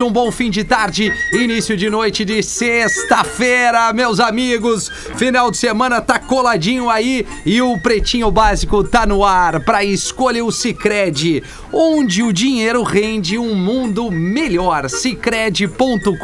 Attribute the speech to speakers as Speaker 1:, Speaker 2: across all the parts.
Speaker 1: Um bom fim de tarde, início de noite de sexta-feira, meus amigos. Final de semana tá coladinho aí e o Pretinho Básico tá no ar para escolher o Sicredi, onde o dinheiro rende um mundo melhor. Sicredi.com.br.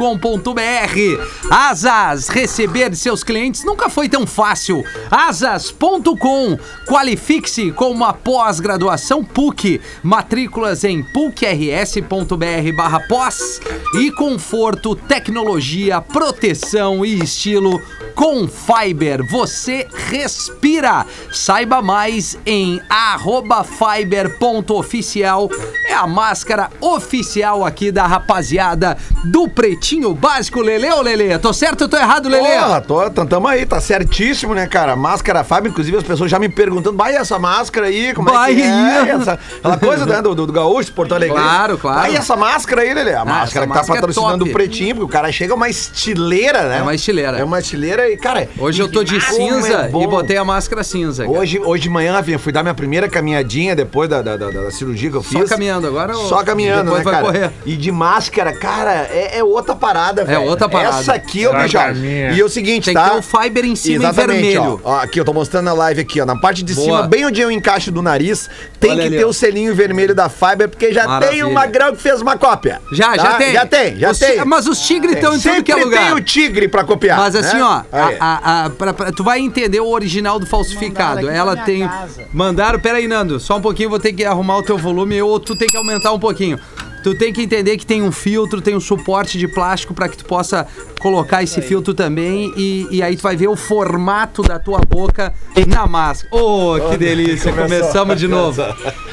Speaker 1: Asas, receber de seus clientes nunca foi tão fácil. Asas.com. Qualifique-se com uma pós-graduação PUC. Matrículas em pucrs.br/pós e conforto, tecnologia, proteção e estilo com Fiber. Você respira. Saiba mais em arroba fiber.oficial. É a máscara oficial aqui da rapaziada do Pretinho Básico. Lele ou Lele? Tô certo ou tô errado, Lele?
Speaker 2: Porra, tô, tam- tamo aí, tá certíssimo, né, cara? Máscara Fábio, inclusive as pessoas já me perguntando, vai essa máscara aí, como
Speaker 1: Vai
Speaker 2: é que
Speaker 1: aí.
Speaker 2: é? Essa, aquela coisa, né, do, do, do gaúcho, Porto Alegre.
Speaker 1: Claro, claro.
Speaker 2: Vai essa máscara aí, Lelê, a
Speaker 1: essa
Speaker 2: máscara que tá
Speaker 1: máscara é
Speaker 2: patrocinando
Speaker 1: top.
Speaker 2: o Pretinho, porque o cara chega é uma estileira, né?
Speaker 1: É uma estileira.
Speaker 2: É uma estileira e, cara...
Speaker 1: Hoje
Speaker 2: e-
Speaker 1: eu tô de
Speaker 2: como
Speaker 1: cinza
Speaker 2: é bom.
Speaker 1: e botei a máscara cinza. cara.
Speaker 2: Hoje, hoje de manhã, Rafinha, fui dar minha primeira caminhadinha depois da, da, da- da cirurgia que eu
Speaker 1: Só
Speaker 2: fiz.
Speaker 1: caminhando agora ou-
Speaker 2: Só caminhando,
Speaker 1: depois
Speaker 2: né,
Speaker 1: vai
Speaker 2: cara?
Speaker 1: correr?
Speaker 2: E de máscara, cara, é, é outra parada, velho.
Speaker 1: outra parada.
Speaker 2: Essa aqui eu
Speaker 3: Só
Speaker 2: bicho. ó,
Speaker 3: caminha.
Speaker 2: E é o seguinte,
Speaker 1: Tem
Speaker 2: tá?
Speaker 1: que ter o Fiber em cima
Speaker 2: Exatamente,
Speaker 1: e vermelho.
Speaker 2: Ó, Ó, aqui, eu tô mostrando na live aqui, ó. Na parte de
Speaker 1: Boa.
Speaker 2: cima, bem onde eu encaixo do nariz, tem
Speaker 1: Olha
Speaker 2: que
Speaker 1: ali,
Speaker 2: ter
Speaker 1: ó.
Speaker 2: o selinho vermelho da Fiber, porque já tem
Speaker 1: Maravilha.
Speaker 2: o Magrão que fez uma cópia.
Speaker 1: Já,
Speaker 2: tá?
Speaker 1: já tem.
Speaker 2: Já tem, já
Speaker 1: Os ti-
Speaker 2: tem.
Speaker 1: Mas os tigres estão em tudo que é
Speaker 2: Sempre
Speaker 1: lugar.
Speaker 2: tem o tigre pra copiar.
Speaker 1: Mas assim,
Speaker 2: né?
Speaker 1: ó, a-
Speaker 2: Aí.
Speaker 1: a- a- pra- pra- tu vai entender o original do falsificado.
Speaker 4: Mandaram aqui
Speaker 1: Ela
Speaker 4: pra
Speaker 1: tem.
Speaker 4: minha casa.
Speaker 1: Mandaram, peraí, Nando, só um pouquinho, vou ter que arrumar o teu volume ou tu tem que aumentar um pouquinho. Tu tem que entender que tem um filtro, tem um suporte de plástico pra que tu possa colocar esse filtro também e, e aí tu vai ver o formato da tua boca na máscara. Ô, que delícia, começamos de novo.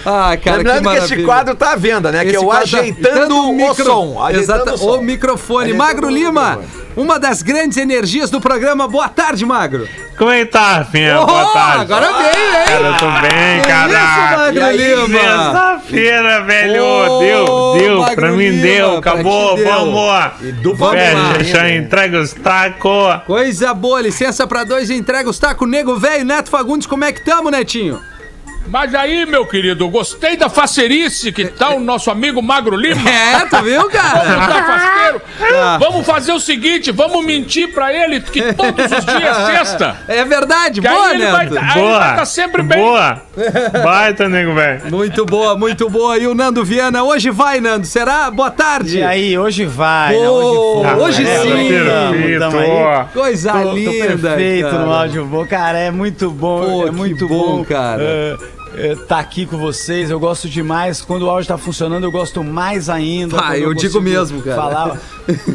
Speaker 1: Ah, cara,
Speaker 2: Lembrando que, esse
Speaker 1: maravilha.
Speaker 2: quadro tá à venda, né? que
Speaker 1: Esse
Speaker 2: é o
Speaker 1: quadro-
Speaker 2: ajeitando o,
Speaker 1: micro-
Speaker 2: som. Ajeitando
Speaker 1: Exata, o,
Speaker 2: som.
Speaker 1: microfone.
Speaker 2: Ajeitando
Speaker 1: Magro
Speaker 2: o
Speaker 1: Lima,
Speaker 2: microfone.
Speaker 1: uma das grandes energias do programa. Boa tarde, Magro.
Speaker 3: Como é que tá, Rafinha? Boa
Speaker 1: Oh,
Speaker 3: tarde.
Speaker 1: Agora veio, hein?
Speaker 3: Cara, eu tô bem,
Speaker 1: Que isso,
Speaker 3: cara.
Speaker 1: Magro
Speaker 3: E aí,
Speaker 1: Lima?
Speaker 3: Sexta-feira, velho.
Speaker 1: Ô,
Speaker 3: deu, deu.
Speaker 1: Magro
Speaker 3: pra mim
Speaker 1: Lima,
Speaker 3: deu.
Speaker 1: pra
Speaker 3: Acabou.
Speaker 1: ti deu.
Speaker 3: Vamos.
Speaker 2: E dupla
Speaker 3: Fecha,
Speaker 1: moral,
Speaker 3: já entrega os tacos.
Speaker 1: Coisa boa, licença pra dois, entrega os tacos, nego velho, Neto Fagundes, como é que tamo, Netinho?
Speaker 5: Mas aí, meu querido, gostei da facerice que tá o nosso amigo Magro Lima.
Speaker 1: É, tu viu, cara?
Speaker 5: Vamos dar fasqueiro. Vamos fazer o seguinte, vamos mentir pra ele que todos os dias é sexta.
Speaker 1: É verdade,
Speaker 5: Que
Speaker 1: boa,
Speaker 5: aí ele vai
Speaker 1: Neto.
Speaker 5: tá- Aí
Speaker 3: Boa.
Speaker 5: ele tá sempre bem.
Speaker 3: Boa. Baita, nego, velho.
Speaker 1: Muito boa, muito boa. E o Nando Viana, hoje vai, Nando, será? Boa tarde.
Speaker 4: E aí, hoje vai, né?
Speaker 1: Pô,
Speaker 4: Hoje foi.
Speaker 1: hoje
Speaker 4: né?
Speaker 1: sim.
Speaker 4: Tamo, tamo aí.
Speaker 3: Perfeito.
Speaker 1: Coisa
Speaker 4: Tô- tô
Speaker 1: linda,
Speaker 4: perfeito
Speaker 1: cara.
Speaker 4: no áudio bom, cara, é muito bom,
Speaker 1: Pô,
Speaker 4: é muito
Speaker 1: que bom,
Speaker 4: bom,
Speaker 1: cara.
Speaker 4: eh, eh, tá aqui com vocês, eu gosto demais. Quando o áudio tá funcionando, eu gosto mais ainda.
Speaker 1: Ah,
Speaker 4: quando
Speaker 1: eu digo
Speaker 4: consigo
Speaker 1: mesmo, cara.
Speaker 4: Falar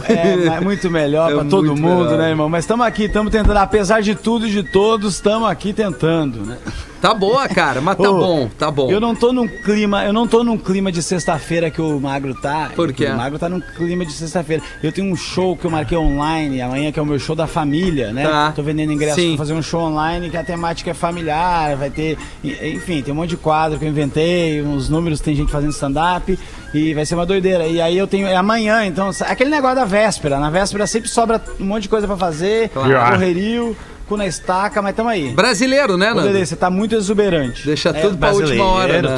Speaker 4: é mas muito melhor
Speaker 1: É
Speaker 4: pra todo
Speaker 1: muito
Speaker 4: mundo,
Speaker 1: melhor.
Speaker 4: né, irmão? Mas estamos aqui, estamos tentando, apesar de tudo e de todos, estamos aqui tentando, né?
Speaker 1: Tá boa, cara, mas tá
Speaker 4: Ô,
Speaker 1: bom, tá bom.
Speaker 4: Eu não tô num clima, eu não tô num clima de sexta-feira que o Magro tá.
Speaker 1: Por quê?
Speaker 4: O Magro tá num clima de sexta-feira. Eu tenho um show que eu marquei online amanhã, que é o meu show da família, né?
Speaker 1: Tá.
Speaker 4: Tô vendendo ingressos
Speaker 1: Sim.
Speaker 4: pra fazer um show online que a temática é familiar, vai ter, e- enfim, tem um monte de quadro que eu inventei, uns números, tem gente fazendo stand-up e vai ser uma doideira. E aí eu tenho, é amanhã, então, sa- aquele negócio da véspera, na véspera sempre sobra um monte de coisa pra fazer,
Speaker 3: Claro.
Speaker 4: correrio, cu na estaca, mas tamo aí.
Speaker 1: Brasileiro, né,
Speaker 4: Ô, Dedê,
Speaker 1: Nando?
Speaker 4: você tá muito exuberante. É
Speaker 1: Deixa tudo pra
Speaker 4: brasileiro,
Speaker 1: última hora, né?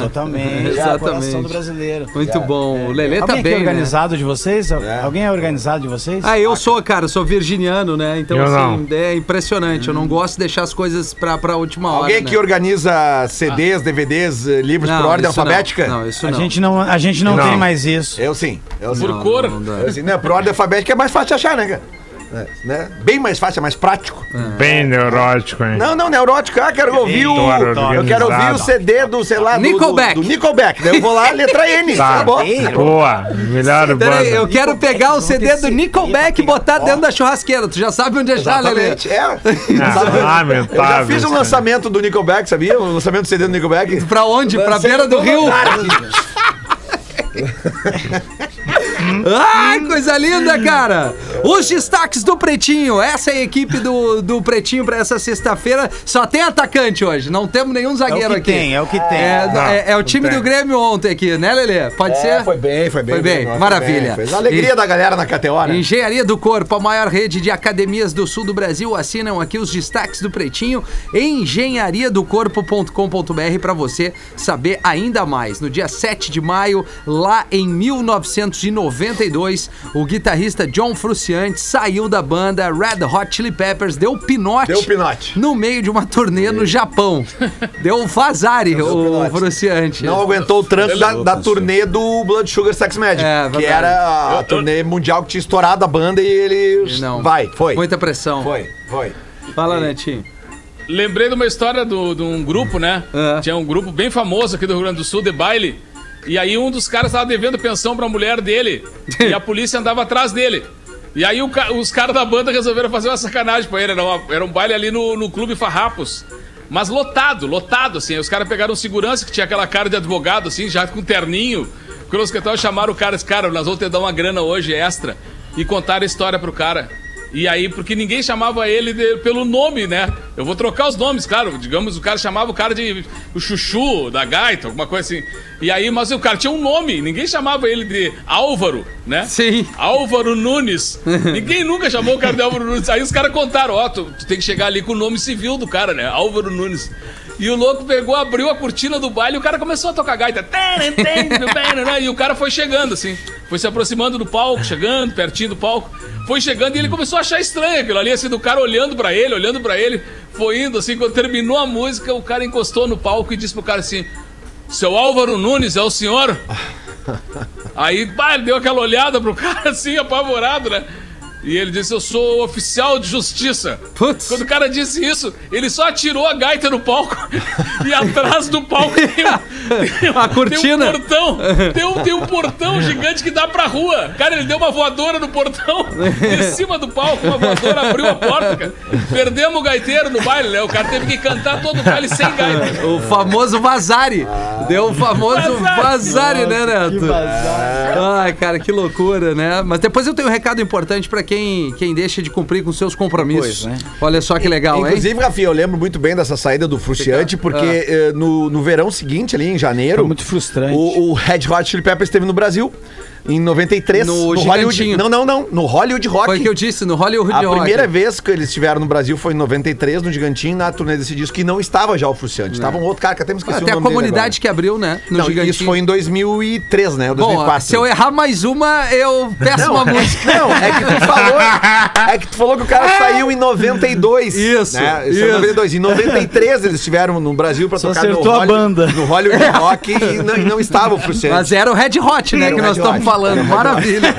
Speaker 4: Totalmente.
Speaker 1: Exatamente.
Speaker 4: É, coração do brasileiro.
Speaker 1: Muito bom. O Lelê tá
Speaker 4: Alguém aqui é
Speaker 1: bem, né?
Speaker 4: organizado de vocês? Alguém é organizado de vocês?
Speaker 1: Ah, eu sou, cara, sou virginiano, né? Então,
Speaker 3: Eu
Speaker 1: assim, é impressionante.
Speaker 4: Hum.
Speaker 1: Eu não gosto de deixar as coisas pra, pra última hora.
Speaker 2: Alguém que
Speaker 1: né? Ah.
Speaker 2: organiza CDs, DVDs, eh, livros
Speaker 1: Não,
Speaker 2: por ordem
Speaker 1: isso
Speaker 2: alfabética?
Speaker 1: Não, não isso
Speaker 4: a
Speaker 1: não.
Speaker 4: gente não, a gente não,
Speaker 3: Não.
Speaker 4: tem mais isso.
Speaker 2: Eu sim. Eu sim.
Speaker 5: Por
Speaker 1: Não,
Speaker 5: cor.
Speaker 1: não dá.
Speaker 2: Eu sim. Não, por ordem alfabética é mais fácil de achar, né, cara? É, né? Bem mais fácil, é mais prático.
Speaker 1: Ah.
Speaker 3: Bem neurótico, hein?
Speaker 2: Não, não, neurótico. Ah, quero ouvir o.
Speaker 3: Organizado.
Speaker 2: Eu quero ouvir o CD do, sei lá, do.
Speaker 1: Nickelback.
Speaker 2: Do, do Nickelback. Daí eu vou lá, letra N.
Speaker 3: Tá.
Speaker 2: Acabou.
Speaker 3: Boa. Melhor
Speaker 1: Peraí, eu
Speaker 3: banda.
Speaker 1: quero pegar o CD do Nickelback e botar dentro da churrasqueira. Tu já sabe onde achar, Lelê.
Speaker 2: Exatamente. É.
Speaker 3: Ah,
Speaker 2: Eu já
Speaker 3: lamentável.
Speaker 2: fiz um
Speaker 3: isso aí.
Speaker 2: lançamento do Nickelback, sabia? O lançamento do CD do Nickelback.
Speaker 1: Pra onde? Pra beira do rio? Ai, coisa linda, cara! Os destaques do Pretinho. Essa é a equipe do, do Pretinho pra essa sexta-feira. Só tem atacante hoje. Não temos nenhum
Speaker 4: É o
Speaker 1: zagueiro
Speaker 4: que
Speaker 1: aqui.
Speaker 4: tem, é o que tem.
Speaker 1: É,
Speaker 3: Não,
Speaker 1: é- é o
Speaker 3: não
Speaker 1: time
Speaker 3: tem.
Speaker 1: do Grêmio ontem aqui, né, Lelê? Pode ser?
Speaker 2: É, foi bem, foi bem.
Speaker 1: Foi bem,
Speaker 2: nossa,
Speaker 1: maravilha.
Speaker 2: Foi bem. A alegria
Speaker 1: E-
Speaker 2: da galera na KTO, né?
Speaker 1: Engenharia do Corpo, a maior rede de academias do sul do Brasil, assinam aqui os destaques do Pretinho em engenhariadocorpo.com.br para você saber ainda mais. No dia 7 de maio, lá em 1990, 92, o guitarrista John Frusciante saiu da banda Red Hot Chili Peppers, deu pinote.
Speaker 2: Deu pinote.
Speaker 1: No meio de uma turnê no Japão. Deu vazare o
Speaker 2: pinote.
Speaker 1: Frusciante.
Speaker 2: Não aguentou o tranco
Speaker 4: é
Speaker 2: da, da turnê do Blood Sugar Sex Magic,
Speaker 1: É,
Speaker 2: que
Speaker 1: verdade.
Speaker 2: era a turnê mundial que tinha estourado a banda e ele...
Speaker 1: Não.
Speaker 2: Vai, foi.
Speaker 1: Muita pressão.
Speaker 2: Foi, foi.
Speaker 1: Fala, Netinho.
Speaker 5: Lembrei de uma história do- de um grupo, né?
Speaker 1: É.
Speaker 5: Tinha um grupo bem famoso aqui do Rio Grande do Sul, de baile. E aí um dos caras tava devendo pensão pra mulher dele. e a polícia andava atrás dele. E aí o ca- os caras da banda resolveram fazer uma sacanagem pra ele. Era, uma- era um baile ali no, no Clube Farrapos. Mas lotado, lotado, assim. Aí os caras pegaram um segurança que tinha aquela cara de advogado, assim, já com terninho. Cruz que tal chamaram o cara, esse cara, nós vamos ter que dar uma grana hoje extra. E contaram a história pro cara. E aí, porque ninguém chamava ele de- pelo nome, né? Eu vou trocar os nomes, claro. Digamos, o cara chamava o cara de o Chuchu, da Gaita, alguma coisa assim. E aí, mas o cara tinha um nome, ninguém chamava ele de Álvaro, né?
Speaker 1: Sim.
Speaker 5: Álvaro Nunes. Ninguém nunca chamou o cara de Álvaro Nunes. Aí os caras contaram, ó, tu, tu tem que chegar ali com o nome civil do cara, né? Álvaro Nunes. E o louco pegou, abriu a cortina do baile e o cara começou a tocar gaita. né? E o cara foi chegando, assim. Foi se aproximando do palco, chegando, pertinho do palco. Foi chegando e ele começou a achar estranho aquilo ali, assim, do cara olhando pra ele, olhando pra ele. Foi indo, assim, quando terminou a música, o cara encostou no palco e disse pro cara assim: Seu Álvaro Nunes é o senhor? Aí, pá, ele deu aquela olhada pro cara assim, apavorado, né? E ele disse: Eu sou oficial de justiça.
Speaker 1: Putz.
Speaker 5: Quando o cara disse isso, ele só atirou a gaita no palco. e atrás do palco tem, um, tem um-
Speaker 1: A cortina.
Speaker 5: Tem um portão. Tem um, tem um portão gigante que dá pra rua. Cara, ele deu uma voadora no portão. em cima do palco, uma voadora abriu a porta, cara. Perdemos o gaiteiro no baile, né? O cara teve que cantar todo o baile sem gaita.
Speaker 1: O famoso Vazari. Deu o famoso
Speaker 5: Vazari.
Speaker 1: Vazari, né, Neto?
Speaker 4: vazar.
Speaker 1: Ai, cara, que loucura, né? Mas depois eu tenho um recado importante pra quem, quem deixa de cumprir com seus compromissos.
Speaker 4: Pois,
Speaker 1: Olha só que legal, hein?
Speaker 2: né? Inclusive, Rafinha, eu lembro muito bem dessa saída do Fruciante, porque
Speaker 1: Ah.
Speaker 2: eh, no, no verão seguinte, ali em janeiro.
Speaker 4: Foi muito frustrante.
Speaker 2: O, o Red Hot Chili Peppers esteve no Brasil, em 93.
Speaker 1: No
Speaker 2: Hollywood.
Speaker 1: Gigantinho.
Speaker 2: Não, não, não. No Hollywood Rock.
Speaker 1: Foi o que eu disse no Hollywood
Speaker 2: A
Speaker 1: Rock.
Speaker 2: primeira vez que eles estiveram no Brasil foi em 93, no Gigantinho, na turnê desse disco, que não estava já o Fruciante.
Speaker 4: Né.
Speaker 2: Estava um outro cara que até me esqueci
Speaker 1: Até a
Speaker 2: o nome dele
Speaker 1: comunidade que abriu, né? No
Speaker 2: agora. Não,
Speaker 1: Gigantinho.
Speaker 2: isso foi em 2003, né? Ou
Speaker 1: Bom,
Speaker 2: 2004.
Speaker 1: se eu errar mais uma, eu peço uma música.
Speaker 2: Não, é que tu falou. É que tu falou que o cara saiu em 92.
Speaker 1: Isso,
Speaker 2: Né? Isso.
Speaker 1: isso.
Speaker 2: Em 92. Em 93 eles estiveram no Brasil pra
Speaker 4: Só
Speaker 2: tocar
Speaker 4: acertou a
Speaker 2: Holly-
Speaker 4: banda.
Speaker 2: no Hollywood Rock e não, e não estava o Fruciante.
Speaker 1: Mas era o Red Hot, né?
Speaker 2: Era o
Speaker 1: Que nós
Speaker 2: Red
Speaker 1: estamos
Speaker 2: Hot.
Speaker 1: falando. Maravilha.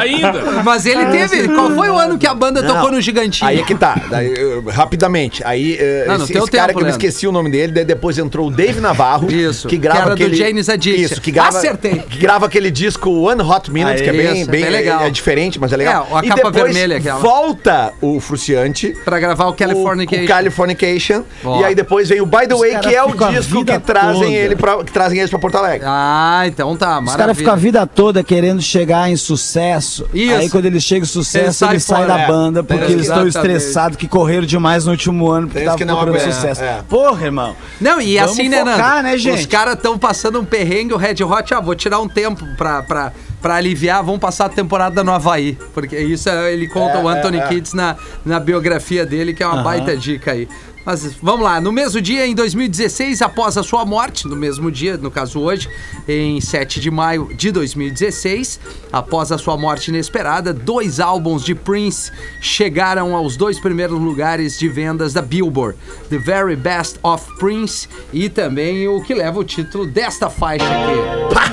Speaker 5: Ainda.
Speaker 1: Mas ele teve. Qual foi o ano que a banda
Speaker 2: Não.
Speaker 1: tocou no Gigantinho?
Speaker 2: Aí é que tá, daí, eu- rapidamente. Aí eh,
Speaker 1: Não, não
Speaker 2: esse,
Speaker 1: tem o
Speaker 2: esse cara
Speaker 1: tempo,
Speaker 2: que eu me
Speaker 1: Leandro.
Speaker 2: esqueci o nome dele, daí depois entrou o Dave Navarro,
Speaker 1: Isso,
Speaker 2: que grava
Speaker 1: que era do
Speaker 2: aquele
Speaker 1: Jane's Addiction.
Speaker 2: Isso, que grava
Speaker 1: Acertei.
Speaker 2: que grava aquele disco One Hot Minute,
Speaker 1: Aí,
Speaker 2: que é bem,
Speaker 1: isso,
Speaker 2: bem,
Speaker 1: bem legal.
Speaker 2: É, diferente, mas é legal.
Speaker 1: É, a capa vermelha, aquela.
Speaker 2: Volta o Fruciante
Speaker 1: Pra gravar o
Speaker 2: O,
Speaker 1: Californication.
Speaker 2: o Californication.
Speaker 1: Ó.
Speaker 2: E aí depois vem o By the Way,
Speaker 4: caras
Speaker 2: que é o
Speaker 4: ficam a
Speaker 2: disco
Speaker 4: vida
Speaker 2: que trazem,
Speaker 4: toda.
Speaker 2: ele pra, que trazem eles pra Porto Alegre.
Speaker 1: Ah, então tá.
Speaker 4: Os caras
Speaker 1: Maravilha.
Speaker 4: ficam a vida toda querendo chegar em sucesso.
Speaker 1: Isso.
Speaker 4: Aí quando ele chega em sucesso,
Speaker 1: Ele
Speaker 4: ele
Speaker 1: sai
Speaker 4: sai,
Speaker 1: fora,
Speaker 4: da
Speaker 1: é.
Speaker 4: banda porque
Speaker 1: Tem
Speaker 4: eles
Speaker 1: isso.
Speaker 4: estão
Speaker 1: Exatamente.
Speaker 4: estressados que correram demais no último ano porque
Speaker 2: Tem isso que
Speaker 4: estavam
Speaker 2: não
Speaker 4: procurando
Speaker 2: aguenta,
Speaker 4: sucesso.
Speaker 2: é.
Speaker 4: Porra, irmão.
Speaker 1: Não, e
Speaker 4: Vamos
Speaker 1: assim, né,
Speaker 4: focar,
Speaker 1: Nando?
Speaker 4: né, gente?
Speaker 1: Os caras estão passando um perrengue, o Red Hot, ah, vou tirar um tempo pra, pra, pra aliviar, vão passar a temporada no Havaí. Porque isso é- ele conta o Anthony Kidd na, na biografia dele, que é uma baita dica aí. Mas vamos lá, no mesmo dia, em 2016, após a sua morte, no mesmo dia, no caso hoje, em 7 de maio de 2016, após a sua morte inesperada, dois álbuns de Prince chegaram aos dois primeiros lugares de vendas da Billboard: The Very Best of Prince e também o que leva o título desta faixa aqui. Pá!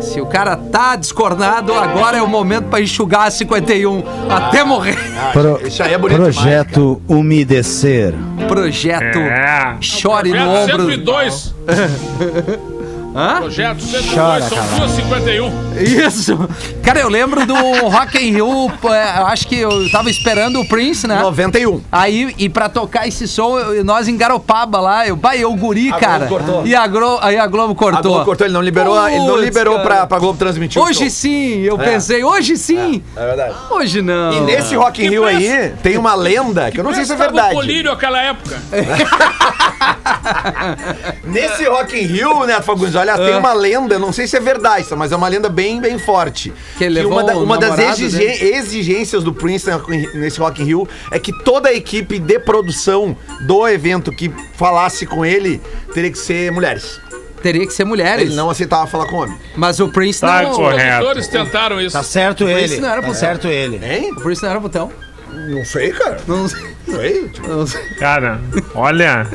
Speaker 1: Se o cara tá descornado, agora é o momento pra enxugar a 51 até morrer.
Speaker 2: isso aí é bonito
Speaker 4: projeto Umedecer.
Speaker 1: Projeto
Speaker 3: É.
Speaker 1: Chore no
Speaker 5: Projeto
Speaker 1: Ombro.
Speaker 5: 102.
Speaker 1: Hã?
Speaker 5: Projeto 102
Speaker 4: Chora,
Speaker 5: são
Speaker 4: cavalo.
Speaker 5: 251.
Speaker 1: Isso! Cara, eu lembro do Rock in Rio, pô, é, eu acho que eu tava esperando o Prince, né?
Speaker 2: 91.
Speaker 1: Aí, e pra tocar esse som, eu- nós em Garopaba lá, eu, bah, eu guri,
Speaker 2: Globo
Speaker 1: cara.
Speaker 2: cortou.
Speaker 1: E a, Gro, aí a Globo cortou.
Speaker 2: A Globo cortou, ele não liberou, ele não
Speaker 1: Putz,
Speaker 2: liberou
Speaker 1: cara.
Speaker 2: pra, pra Globo transmitir o show.
Speaker 1: Hoje sim, eu pensei, hoje sim.
Speaker 2: É verdade.
Speaker 1: Hoje não.
Speaker 2: E nesse Rock in
Speaker 5: Que
Speaker 2: Rio aí,
Speaker 5: preço?
Speaker 2: tem uma lenda, que eu não sei se é
Speaker 5: Estava o
Speaker 2: verdade.
Speaker 5: Polírio aquela época.
Speaker 2: Nesse Rock in Rio, Neto Fagundes, olha, tem uma lenda, eu não sei se é verdade, tá? mas é uma lenda bem, bem forte.
Speaker 1: Que ele
Speaker 2: uma,
Speaker 1: levou
Speaker 2: da-
Speaker 1: o
Speaker 2: uma das
Speaker 1: namorado né?
Speaker 2: exige-
Speaker 1: dele.
Speaker 2: exigências do Prince na- nesse Rock in Rio é que toda a equipe de produção do evento que falasse com ele teria que ser mulheres.
Speaker 1: Teria que ser mulheres.
Speaker 2: Ele não aceitava falar com homem.
Speaker 1: Mas o Prince
Speaker 5: Ah,
Speaker 3: Tá
Speaker 1: não.
Speaker 3: correto.
Speaker 5: Os produtores tentaram isso.
Speaker 4: Tá certo
Speaker 1: Por
Speaker 4: ele.
Speaker 1: Tipo, isso não era
Speaker 4: tá
Speaker 1: possível.
Speaker 4: certo ele.
Speaker 2: Hein?
Speaker 1: O Prince não era botão.
Speaker 2: Não sei, cara.
Speaker 1: Não sei.
Speaker 2: Não sei. tipo,
Speaker 1: Não. sei.
Speaker 3: Cara, olha.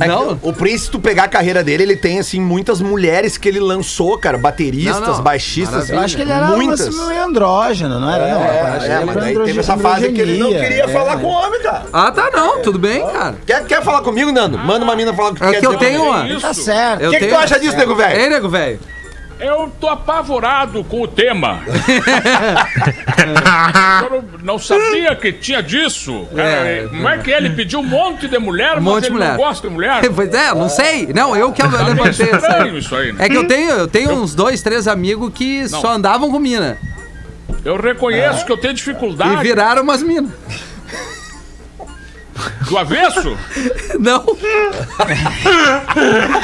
Speaker 2: É
Speaker 1: Não?
Speaker 2: que O Prince, se tu pegar a carreira dele, ele tem, assim, muitas mulheres que ele lançou, cara. Bateristas,
Speaker 1: Não, não.
Speaker 2: baixistas.
Speaker 4: Eu acho que ele era
Speaker 2: muitas.
Speaker 4: assim, meio andrógeno, não era? um né, não,
Speaker 2: É, é, mas daí teve essa fase que ele não queria
Speaker 4: é.
Speaker 2: falar com homem, cara.
Speaker 1: Ah, tá não. Tudo bem, cara.
Speaker 2: Quer, quer falar comigo, Nando? Manda uma mina falar com
Speaker 1: É que eu tenho uma.
Speaker 5: Isso.
Speaker 4: Tá certo.
Speaker 1: Eu
Speaker 2: O que, que
Speaker 1: tenho- É
Speaker 2: tu acha disso, nego velho?
Speaker 1: Ei, nego, velho.
Speaker 5: Eu tô apavorado com o tema. Eu não- não sabia que tinha disso. Cara,
Speaker 1: É.
Speaker 5: como é que ele pediu um monte de mulher,
Speaker 1: Um
Speaker 5: mas
Speaker 1: monte de
Speaker 5: ele
Speaker 1: mulher.
Speaker 5: não gosta de mulher?
Speaker 1: Pois é, não sei. Não, eu que eu
Speaker 5: Tá meio
Speaker 1: levantei essa.
Speaker 5: estranho Ah. isso aí, né?
Speaker 1: É que eu tenho, eu tenho uns dois, três amigos que só andavam com mina.
Speaker 5: Eu reconheço que eu tenho dificuldade
Speaker 1: E viraram umas minas.
Speaker 5: do avesso.
Speaker 1: Não.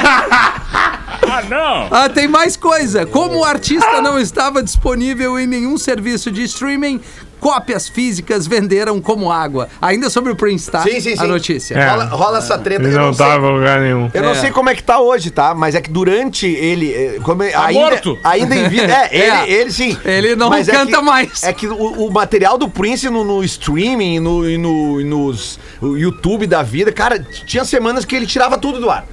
Speaker 5: Ah, não.
Speaker 1: Ah, tem mais coisa. Como o artista não estava disponível em nenhum serviço de streaming, cópias físicas venderam como água. Ainda sobre o Prince, tá?
Speaker 2: Sim, sim, sim.
Speaker 1: A notícia.
Speaker 3: É.
Speaker 2: Rola, rola essa treta.
Speaker 3: Ele
Speaker 2: eu
Speaker 3: não
Speaker 2: sei-
Speaker 3: tava em lugar nenhum.
Speaker 2: Eu não
Speaker 1: É.
Speaker 2: sei como é que tá hoje, tá? Mas é que durante ele. eh, Como ele- ainda,
Speaker 5: morto.
Speaker 2: Ainda em vida. É,
Speaker 1: Tá É.
Speaker 2: Ele, ele sim.
Speaker 1: Ele não
Speaker 2: Mas é
Speaker 1: canta
Speaker 2: que-
Speaker 1: mais.
Speaker 2: É que o, o material do Prince no, no streaming, no, e no, e nos o YouTube da vida, cara, tinha semanas que ele tirava tudo do ar.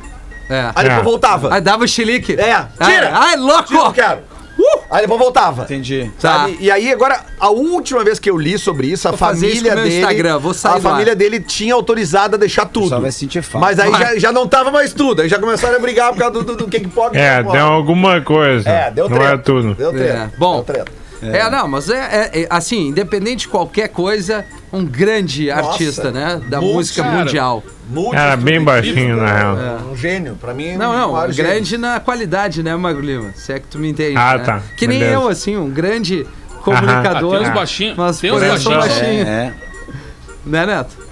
Speaker 1: É.
Speaker 2: Aí
Speaker 3: É.
Speaker 2: depois voltava.
Speaker 1: Aí dava o chilique. Ah,
Speaker 2: É, tira!
Speaker 1: Ai, ai, louco!
Speaker 2: Tira, eu quero.
Speaker 1: Uh!
Speaker 2: Aí depois voltava.
Speaker 4: Entendi.
Speaker 1: Tá.
Speaker 2: Sabe? E aí, agora, a última vez que eu li sobre isso, a
Speaker 1: Vou fazer isso
Speaker 2: família
Speaker 1: com o meu
Speaker 2: dele.
Speaker 1: Instagram, vou sair
Speaker 2: a
Speaker 1: do ar.
Speaker 2: família dele tinha autorizado a deixar tudo.
Speaker 4: Só vai sentir falta.
Speaker 2: Mas aí
Speaker 1: Vai.
Speaker 2: já, já não tava mais tudo. Aí já começaram a brigar por causa do, do, do Cake Pop.
Speaker 3: É, deu alguma coisa.
Speaker 2: É, deu
Speaker 3: Não
Speaker 2: treta.
Speaker 3: é tudo.
Speaker 2: Deu treta.
Speaker 1: É, bom.
Speaker 2: Deu treta.
Speaker 1: É. não, mas é, é- é, assim, independente de qualquer coisa, um grande artista, né? Da
Speaker 2: Muito,
Speaker 1: música
Speaker 5: cara.
Speaker 1: mundial.
Speaker 2: Muito
Speaker 3: Era bem baixinho, na real.
Speaker 2: Um gênio, pra mim.
Speaker 1: Não,
Speaker 2: um
Speaker 1: não,
Speaker 2: maior
Speaker 1: um
Speaker 2: gênio.
Speaker 1: grande na qualidade, né, Magro Lima? Se é que tu me entende.
Speaker 3: Ah,
Speaker 1: né?
Speaker 3: tá,
Speaker 1: Que nem
Speaker 3: beleza.
Speaker 1: eu, assim, um grande comunicador.
Speaker 5: Ah, tem uns baixinhos,
Speaker 1: Mas
Speaker 5: tem
Speaker 1: por
Speaker 5: uns
Speaker 1: aí são
Speaker 5: baixinhos.
Speaker 1: baixinhos.
Speaker 4: É, é.
Speaker 1: Né, Neto?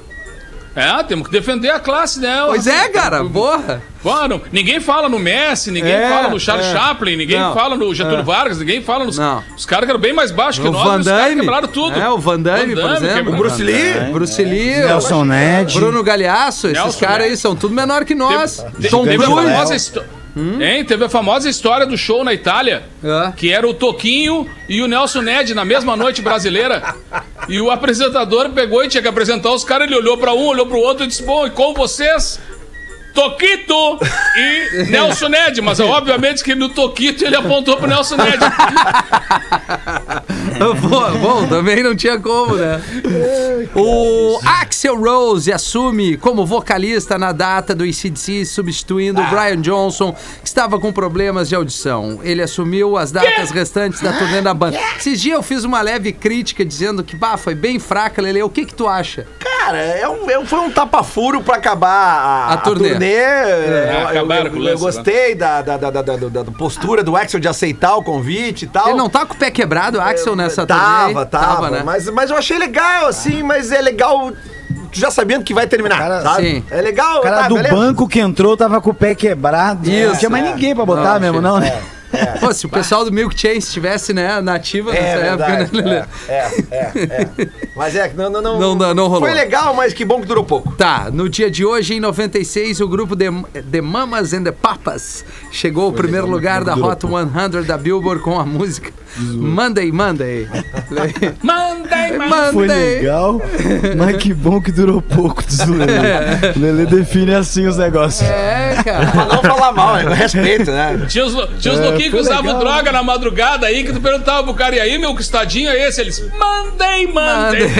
Speaker 5: É, temos que defender a classe, né?
Speaker 1: Pois é, cara, porra.
Speaker 5: Pô, não- ninguém fala no Messi, ninguém
Speaker 1: É,
Speaker 5: fala no Charles
Speaker 1: é.
Speaker 5: Chaplin, ninguém
Speaker 1: Não. É.
Speaker 5: fala no Getúlio Vargas, ninguém fala nos.
Speaker 1: Não.
Speaker 5: Os caras que eram bem mais baixos que
Speaker 1: O
Speaker 5: nós,
Speaker 1: Van
Speaker 5: os caras
Speaker 1: Damme.
Speaker 5: quebraram tudo.
Speaker 1: É, o Van Damme, por exemplo.
Speaker 5: quebrou-
Speaker 1: O
Speaker 2: Bruce Lee.
Speaker 1: Bruce Lee,
Speaker 4: Nelson Ned.
Speaker 1: Bruno Galhaço, esses
Speaker 5: Nelson
Speaker 1: caras aí
Speaker 5: Ned.
Speaker 1: são tudo menor que nós.
Speaker 5: Te-
Speaker 1: Tom
Speaker 5: teve, a
Speaker 1: Cruise.
Speaker 5: famosa histó- Hein? Teve a famosa história do show na Itália,
Speaker 1: É.
Speaker 5: que era o Toquinho e o Nelson Ned na mesma noite brasileira. E o apresentador pegou e tinha que apresentar os caras, ele olhou pra um, olhou pro outro e disse: Bom, e com vocês? Toquito e Nelson Ned, mas obviamente que no Toquito ele apontou pro Nelson Ned.
Speaker 1: Bom, bom, também não tinha como, né? O Axel Rose assume como vocalista na data do ICDC, substituindo o Brian Johnson, que estava com problemas de audição. Ele assumiu as datas restantes da turnê da banda. Esses dias eu fiz uma leve crítica dizendo que, bah, foi bem fraca, Lele. O que que tu acha?
Speaker 2: Cara, é um, é um- foi um tapa-furo pra acabar a,
Speaker 1: A turnê.
Speaker 2: É, eu- eu,
Speaker 5: acabaram
Speaker 2: eu-
Speaker 5: com o
Speaker 2: eu
Speaker 5: lance,
Speaker 2: gostei da, da, da, da, da- da- da postura do Axel de aceitar o convite e tal.
Speaker 1: Ele não tá com o pé quebrado, o Axel, nessa turnê?
Speaker 2: Tava, tava,
Speaker 1: aí? né?
Speaker 2: mas, mas eu achei legal, assim, mas é legal já sabendo que vai terminar,
Speaker 4: Cara,
Speaker 2: sabe?
Speaker 1: sim.
Speaker 2: É legal,
Speaker 4: O cara
Speaker 2: tá,
Speaker 4: do
Speaker 2: beleza.
Speaker 4: banco que entrou tava com o pé quebrado.
Speaker 1: Isso,
Speaker 4: Não tinha mais
Speaker 1: é.
Speaker 4: ninguém pra botar
Speaker 1: Não,
Speaker 4: mesmo,
Speaker 1: chega.
Speaker 4: não, né?
Speaker 1: Pô, se o pessoal do Milk Chase estivesse, né, nativa
Speaker 2: É
Speaker 1: nessa
Speaker 2: verdade,
Speaker 1: época, né, Lele?
Speaker 2: é, é, é, é. Mas é que não, não, não,
Speaker 1: Não, não, não rolou.
Speaker 2: Foi legal, mas que bom que durou pouco.
Speaker 1: Tá, no dia de hoje, em 96, o grupo The, The Mamas and the Papas chegou ao primeiro lugar da Hot 100 da Billboard com a música Monday, Monday.
Speaker 5: Mandei, mandei.
Speaker 1: Monday.
Speaker 4: Foi legal, mas que bom que durou pouco, diz o Lelê.
Speaker 2: É.
Speaker 4: O Lelê define assim os negócios.
Speaker 1: É, cara.
Speaker 2: Pra não falar mal, né? respeito, né?
Speaker 5: Tinha os, tinha os
Speaker 4: É,
Speaker 5: louquinhos que
Speaker 4: foi
Speaker 5: usavam
Speaker 4: legal.
Speaker 5: droga na madrugada aí, que tu perguntava pro cara, e aí, meu, que estadinho é esse? Eles, mandei, mandei.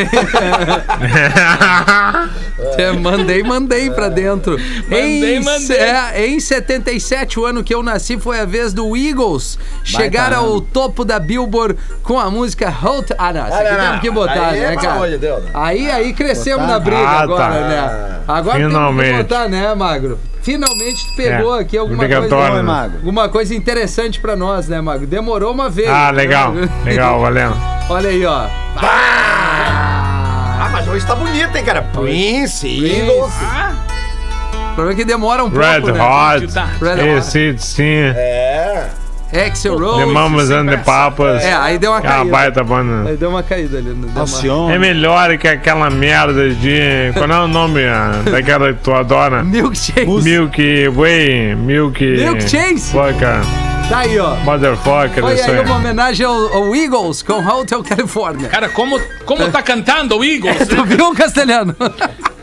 Speaker 1: É, mandei, mandei pra dentro.
Speaker 5: Mandei,
Speaker 1: em,
Speaker 5: mandei.
Speaker 1: é, em 77, o ano que eu nasci, foi a vez do Eagles chegar
Speaker 4: ano.
Speaker 1: ao topo da Billboard com a música Hot... Ah, não, essa aqui
Speaker 2: Ah, não,
Speaker 1: temos que
Speaker 2: não.
Speaker 1: botar,
Speaker 2: Aí,
Speaker 1: né,
Speaker 2: pelo
Speaker 1: cara?
Speaker 2: amor de Deus, né?
Speaker 1: Aí, aí crescemos na briga
Speaker 3: Ah,
Speaker 1: agora,
Speaker 3: tá.
Speaker 1: né? Agora
Speaker 3: Finalmente.
Speaker 1: temos que botar, né, Magro? Finalmente tu pegou
Speaker 3: É,
Speaker 1: aqui alguma
Speaker 3: obrigatório,
Speaker 1: coisa,
Speaker 4: Oi,
Speaker 3: né?
Speaker 4: Mago.
Speaker 1: alguma coisa interessante pra nós, né, Magro? Demorou uma vez.
Speaker 3: Ah,
Speaker 1: né,
Speaker 3: legal.
Speaker 1: Magro?
Speaker 3: Legal, valeu.
Speaker 1: Olha aí, ó.
Speaker 2: Ah, mas hoje tá bonito, hein, cara? Prince, Eagles.
Speaker 1: O problema é que demora um
Speaker 3: Red
Speaker 5: Ah,
Speaker 1: pouco, né?
Speaker 3: Hot,
Speaker 1: Red Hot.
Speaker 3: esse sim.
Speaker 2: É.
Speaker 1: Axel
Speaker 3: The
Speaker 1: Rose.
Speaker 3: Mamas and the Papas.
Speaker 1: É, aí É deu uma
Speaker 3: É uma
Speaker 1: caída.
Speaker 3: baita banda.
Speaker 1: Aí deu uma caída ali. né? Deu uma-
Speaker 4: Alcione.
Speaker 3: É melhor que aquela merda de. Qual é o nome ah, daquela que tu adora?
Speaker 1: Milkshake.
Speaker 3: Milk Way, Milk.
Speaker 1: Milk Chase?
Speaker 3: Foca,
Speaker 1: Tá aí, ó.
Speaker 3: Motherfucker,
Speaker 1: Olha
Speaker 3: isso
Speaker 1: aí
Speaker 3: aí.
Speaker 1: uma homenagem ao, ao Eagles com Hotel California.
Speaker 5: Cara, como, como tá cantando o Igor?
Speaker 2: É,
Speaker 1: Tu viu, Castelhano?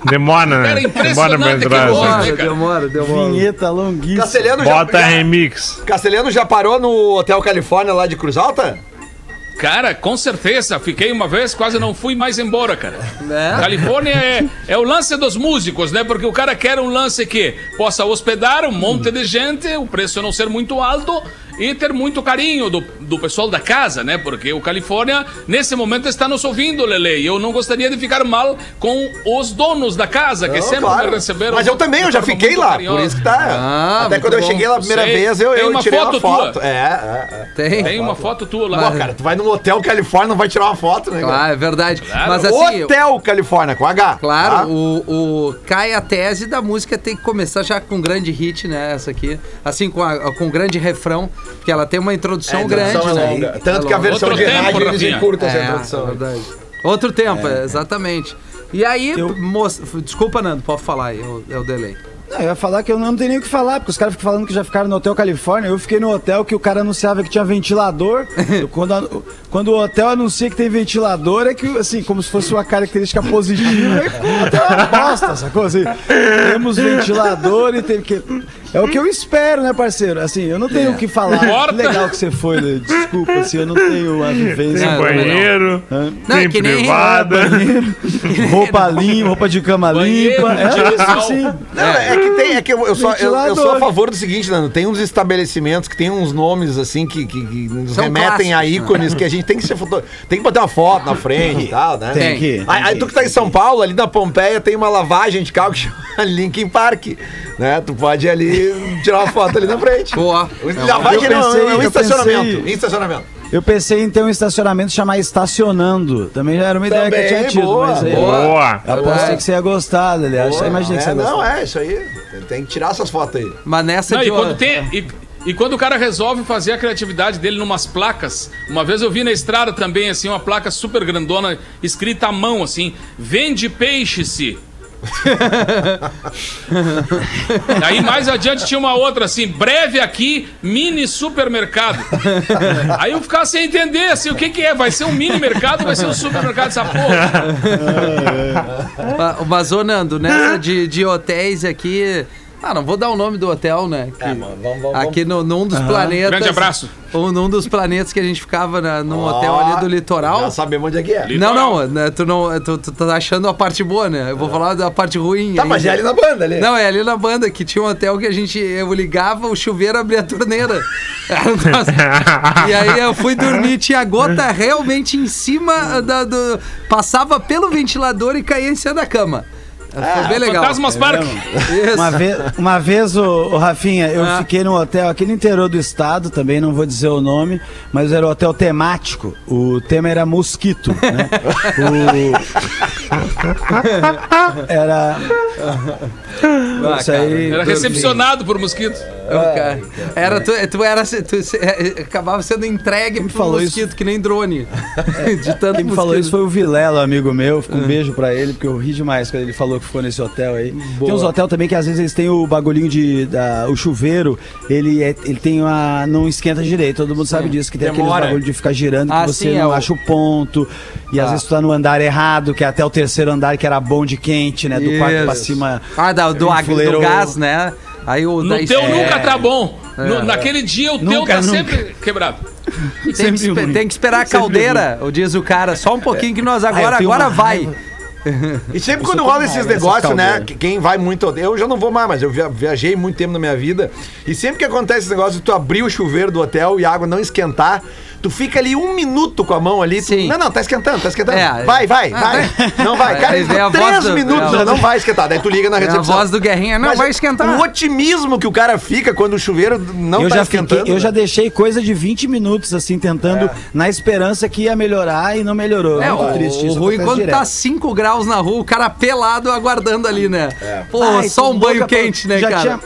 Speaker 3: Demora,
Speaker 5: Cara,
Speaker 3: né?
Speaker 5: é
Speaker 3: Demora pra
Speaker 5: impressionante aquele
Speaker 3: entrar. assim.
Speaker 5: homem. cara.
Speaker 1: demora, demora.
Speaker 4: Vinheta longuíssima.
Speaker 2: Castelhano já, já,
Speaker 3: Bota
Speaker 1: É,
Speaker 3: remix.
Speaker 2: Castelhano já parou no Hotel Califórnia lá de Cruz Alta?
Speaker 5: Cara, com certeza. Fiquei uma vez, quase não fui mais embora, cara.
Speaker 1: Né?
Speaker 5: Califórnia é, é o lance dos músicos, né? Porque o cara quer um lance que possa hospedar um monte de gente, o preço não ser muito alto e ter muito carinho do, do pessoal da casa, né? Porque o Califórnia, nesse momento, está nos ouvindo, Lele. E eu não gostaria de ficar mal com os donos da casa, que
Speaker 2: Não,
Speaker 5: sempre
Speaker 2: claro.
Speaker 5: me receberam.
Speaker 2: Mas eu também, eu já
Speaker 5: de forma
Speaker 2: fiquei
Speaker 5: muito
Speaker 2: lá.
Speaker 5: carinhosa.
Speaker 2: Por isso que tá.
Speaker 1: Ah,
Speaker 2: Até
Speaker 1: muito
Speaker 2: quando eu
Speaker 1: bom.
Speaker 2: cheguei lá a primeira
Speaker 5: Sei.
Speaker 2: vez, eu,
Speaker 5: Tem
Speaker 2: eu
Speaker 5: uma
Speaker 2: tirei
Speaker 5: foto
Speaker 2: uma foto.
Speaker 5: tua?
Speaker 2: É, é, é.
Speaker 1: Tem?
Speaker 5: Tem uma foto tua lá.
Speaker 2: Pô, cara, tu vai num Hotel Califórnia, não vai tirar uma foto, né? cara?
Speaker 1: Claro, é verdade.
Speaker 5: Claro. Ah.
Speaker 1: Mas assim,
Speaker 2: Hotel Califórnia, com H.
Speaker 1: claro,
Speaker 2: tá?
Speaker 1: o, o- cai a tese da música tem que começar já com um grande hit, né? Essa aqui. Assim, com, a- com um grande refrão, porque ela tem uma introdução
Speaker 2: É, a
Speaker 1: grande,
Speaker 2: introdução é
Speaker 1: né?
Speaker 2: longa.
Speaker 1: É
Speaker 2: Tanto que a
Speaker 1: longa.
Speaker 2: versão
Speaker 5: Outro
Speaker 2: de
Speaker 5: tempo,
Speaker 2: rádio eles
Speaker 5: Rafinha.
Speaker 2: encurtam essa
Speaker 1: É, é
Speaker 2: introdução.
Speaker 1: verdade. Outro tempo, é, exatamente. E aí,
Speaker 4: Eu-
Speaker 1: moça- desculpa, Nando, pode falar aí, eu, eu delay.
Speaker 4: Não, eu ia falar que eu não tenho nem o que falar, porque os caras ficam falando que já ficaram no Hotel Califórnia. Eu fiquei no hotel que o cara anunciava que tinha ventilador. Eu, quando, a- quando o hotel anuncia que tem ventilador, é que, assim, como se fosse uma característica positiva. É que o hotel é uma bosta, sacou? Assim, temos ventilador e tem que. É o que eu espero, né, parceiro? Assim, eu não tenho o que falar.
Speaker 5: Corta!
Speaker 4: Que legal que você foi, Lê. Desculpa, assim, eu não tenho a
Speaker 3: Tem
Speaker 4: vivência.
Speaker 1: Não,
Speaker 3: banheiro,
Speaker 1: um. Não, é
Speaker 3: tem
Speaker 1: que nem-
Speaker 3: privada.
Speaker 4: roupa limpa, roupa de cama
Speaker 5: Banheiro,
Speaker 4: limpa. É isso,
Speaker 5: direção.
Speaker 4: assim.
Speaker 2: Não, é. que tem, é que eu, eu sou, eu, eu sou
Speaker 4: Ventilador.
Speaker 2: a favor do seguinte, Nando, tem uns estabelecimentos que tem uns nomes assim que, que, que nos
Speaker 1: São
Speaker 2: remetem a
Speaker 1: clássicos, né?
Speaker 2: ícones que a gente tem que ser foto, tem que botar uma foto na frente e tal, né?
Speaker 1: Tem
Speaker 4: que,
Speaker 2: Aí, aí
Speaker 4: tem
Speaker 2: tu que tá em São Paulo, ali na Pompeia, tem uma lavagem de carro que chama Linkin Park, né? Tu pode ir ali tirar uma foto ali na frente.
Speaker 1: Boa.
Speaker 2: O-
Speaker 1: É
Speaker 2: Lavagem
Speaker 4: eu
Speaker 2: não,
Speaker 4: pensei,
Speaker 2: é um
Speaker 4: eu
Speaker 2: estacionamento,
Speaker 4: pensei.
Speaker 2: estacionamento.
Speaker 4: Eu pensei em ter um estacionamento chamar Estacionando. Também já era uma ideia que eu
Speaker 2: Também,
Speaker 4: tinha tido,
Speaker 2: boa,
Speaker 4: mas aí.
Speaker 3: Boa.
Speaker 4: Eu
Speaker 1: Verdade.
Speaker 4: Aposto que você ia gostar, Lelé. Eu só imaginei que você
Speaker 2: é,
Speaker 4: ia
Speaker 2: não,
Speaker 4: gostar.
Speaker 2: é isso aí. Tem- Tem que tirar essas fotos aí.
Speaker 1: Mas nessa
Speaker 5: Não,
Speaker 1: de
Speaker 5: e
Speaker 1: uma-
Speaker 5: quando tem. E, e quando o cara resolve fazer a criatividade dele numas placas, uma vez eu vi na estrada também, assim, uma placa super grandona, escrita à mão, assim, vende peixe-se. Aí mais adiante tinha uma outra assim, breve aqui, mini supermercado. Aí eu ficava sem entender, assim, o que que é? Vai ser um mini mercado ou vai ser um supermercado essa porra?
Speaker 1: Ma- Mas, ô Nando, nessa de, de hotéis aqui. Ah, não vou dar o nome do hotel, né?
Speaker 2: É,
Speaker 1: Que- aqui no, num dos planetas.
Speaker 5: Grande abraço.
Speaker 1: Ou num dos planetas que a gente ficava na, num Um hotel ali do litoral.
Speaker 2: Já sabemos onde é que é.
Speaker 1: Não, não, né, tu não. Tu, tu tá achando a parte boa, né? Eu vou falar da parte ruim.
Speaker 2: Tá,
Speaker 1: aí.
Speaker 2: mas é ali na banda ali.
Speaker 1: Não, é ali na banda que tinha um hotel que a gente. Eu ligava o chuveiro abria a torneira. Era o nosso- e aí eu fui dormir, tinha gota realmente em cima da, do. Passava pelo ventilador e caía em cima da cama. Foi bem legal.
Speaker 5: Ah,
Speaker 1: É
Speaker 5: Fantasmas Park.
Speaker 1: Isso.
Speaker 4: Uma vez, uma vez o, Rafinha, eu
Speaker 1: Ah.
Speaker 4: fiquei num hotel aqui no interior do estado, também não vou dizer o nome, mas era um hotel temático. O tema era mosquito, né? O- Era.
Speaker 1: Ah,
Speaker 4: Isso
Speaker 1: cara,
Speaker 4: aí-
Speaker 5: Era
Speaker 1: dormi.
Speaker 5: recepcionado por mosquitos.
Speaker 1: Eu, cara, Era, tu, tu era. Tu, se- eh, acabava sendo entregue pro
Speaker 4: falou
Speaker 1: mosquito, que nem drone. De tanto
Speaker 4: Quem me falou isso foi o Vilela, amigo meu. Fica um
Speaker 1: Ah.
Speaker 4: beijo pra ele, porque eu ri demais quando ele falou que ficou nesse hotel aí. Tem uns hotel também que às vezes eles têm o bagulhinho de. da- o chuveiro, ele, é- ele tem uma. não esquenta direito. Todo mundo sabe disso, que tem aqueles
Speaker 2: Demora.
Speaker 4: bagulho de ficar girando que
Speaker 1: Ah,
Speaker 4: você
Speaker 1: sim, é
Speaker 4: não
Speaker 1: o-
Speaker 4: acha o ponto. E às
Speaker 1: Ah.
Speaker 4: vezes tu tá no andar errado, que é até o terceiro andar que era bom de quente, né? Do quarto pra
Speaker 1: Isso.
Speaker 4: cima.
Speaker 1: Ah, da, do, ag- do
Speaker 4: Fuleiro-
Speaker 1: gás, né? Aí o
Speaker 5: No
Speaker 1: da-
Speaker 5: teu
Speaker 1: é,
Speaker 5: nunca tá bom. No- naquele dia o teu
Speaker 4: Nunca,
Speaker 5: tá
Speaker 4: nunca.
Speaker 5: sempre quebrado.
Speaker 1: Tem que, espe- tem que esperar a caldeira, ou diz o cara, só um pouquinho que nós agora,
Speaker 4: Ah, eu tenho
Speaker 1: agora
Speaker 4: uma
Speaker 1: vai.
Speaker 2: E sempre quando rola esses
Speaker 1: é
Speaker 2: negócios, né?
Speaker 4: caldeiras.
Speaker 2: que Quem vai muito. Eu já não vou mais, mas eu via- viajei muito tempo na minha vida. E sempre que acontece esse negócio de tu abrir o chuveiro do hotel e a água não esquentar, tu fica ali um minuto com a mão ali. tu-
Speaker 1: Sim.
Speaker 2: não, não, tá esquentando, tá esquentando.
Speaker 1: É,
Speaker 2: vai, vai,
Speaker 1: ah,
Speaker 2: vai. Não vai.
Speaker 1: Aí
Speaker 2: Cara,
Speaker 1: vem
Speaker 2: ficou
Speaker 1: a voz
Speaker 2: três
Speaker 1: do-
Speaker 2: minutos,
Speaker 1: é a-
Speaker 2: não vai esquentar. Daí tu liga na
Speaker 1: É a
Speaker 2: recepção.
Speaker 1: voz do Guerrinha, não,
Speaker 2: Mas
Speaker 1: vai esquentar.
Speaker 2: O otimismo que o cara fica quando o chuveiro não
Speaker 4: eu
Speaker 2: tá
Speaker 4: já
Speaker 2: esquentando.
Speaker 4: fiquei- eu
Speaker 2: né?
Speaker 4: já deixei coisa de 20 minutos, assim, tentando, na esperança que ia melhorar e não melhorou.
Speaker 1: É,
Speaker 4: Muito
Speaker 1: o,
Speaker 4: triste
Speaker 1: o
Speaker 4: isso.
Speaker 1: ruim
Speaker 4: acontece
Speaker 1: quando
Speaker 4: direto.
Speaker 1: tá 5 graus na rua, o cara pelado aguardando ali, né? Pô,
Speaker 4: Ai,
Speaker 1: só
Speaker 4: tô
Speaker 1: um banho
Speaker 4: louca pra-
Speaker 1: quente, né,
Speaker 4: É. já
Speaker 1: cara?
Speaker 4: tinha-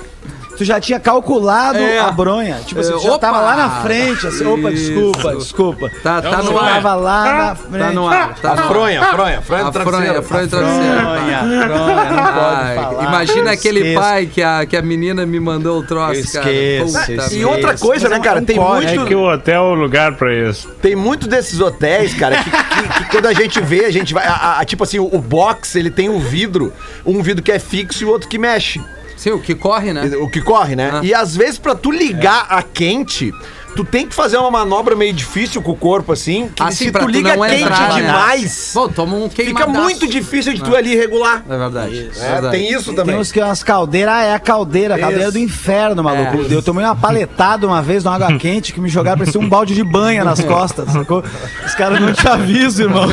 Speaker 4: tu já tinha calculado
Speaker 1: É.
Speaker 4: a bronha. Tipo assim,
Speaker 1: É,
Speaker 4: tu já
Speaker 1: opa!
Speaker 4: tava lá na frente, assim, opa,
Speaker 1: Isso.
Speaker 4: desculpa, desculpa.
Speaker 1: Tá, tá
Speaker 5: Vamos
Speaker 1: no
Speaker 5: lá.
Speaker 1: ar.
Speaker 4: Tava né? lá na frente.
Speaker 1: Tá no ar. Tá
Speaker 2: A
Speaker 1: no ar.
Speaker 2: fronha, a fronha, a fronha
Speaker 1: A
Speaker 2: do
Speaker 1: fronha, a
Speaker 2: travesseiro.
Speaker 1: fronha
Speaker 4: Bronha,
Speaker 1: travesseira.
Speaker 4: bronha, não
Speaker 1: Ai,
Speaker 4: pode falar.
Speaker 1: imagina aquele
Speaker 4: Esqueço.
Speaker 1: pai que a, que a menina me mandou o troço,
Speaker 4: Esqueço,
Speaker 1: cara. Puta
Speaker 4: esqueço.
Speaker 2: E
Speaker 1: merda.
Speaker 2: outra coisa,
Speaker 4: Mas é
Speaker 2: né,
Speaker 4: um-
Speaker 2: cara?
Speaker 4: é um
Speaker 2: Tem
Speaker 4: código.
Speaker 2: muito.
Speaker 3: É que o hotel é o lugar pra isso.
Speaker 2: Tem muito desses hotéis, cara, que, que- que quando a gente vê, a gente vai. a- a- tipo assim, o, o box, ele tem um vidro, um vidro que é fixo e o outro que mexe.
Speaker 1: Sim, o que corre, né?
Speaker 2: O que corre, né?
Speaker 1: Ah.
Speaker 2: E às vezes, pra tu ligar a quente. Tu tem que fazer uma manobra meio difícil com o corpo, assim, que
Speaker 1: Ah,
Speaker 2: se tu liga quente
Speaker 1: né?
Speaker 2: demais,
Speaker 1: Bom, toma um
Speaker 2: fica
Speaker 1: queimadaço.
Speaker 2: muito difícil de tu ali regular.
Speaker 1: É verdade. é
Speaker 2: É,
Speaker 1: verdade.
Speaker 2: tem isso
Speaker 4: Tem
Speaker 2: também.
Speaker 4: uns que umas caldeiras, ah, é a caldeira, a caldeira do inferno, maluco.
Speaker 1: É.
Speaker 4: Eu tomei uma paletada uma vez na água quente que me jogaram parecia um balde de banha
Speaker 1: É.
Speaker 4: nas costas, sacou? Os caras não te avisam, irmão.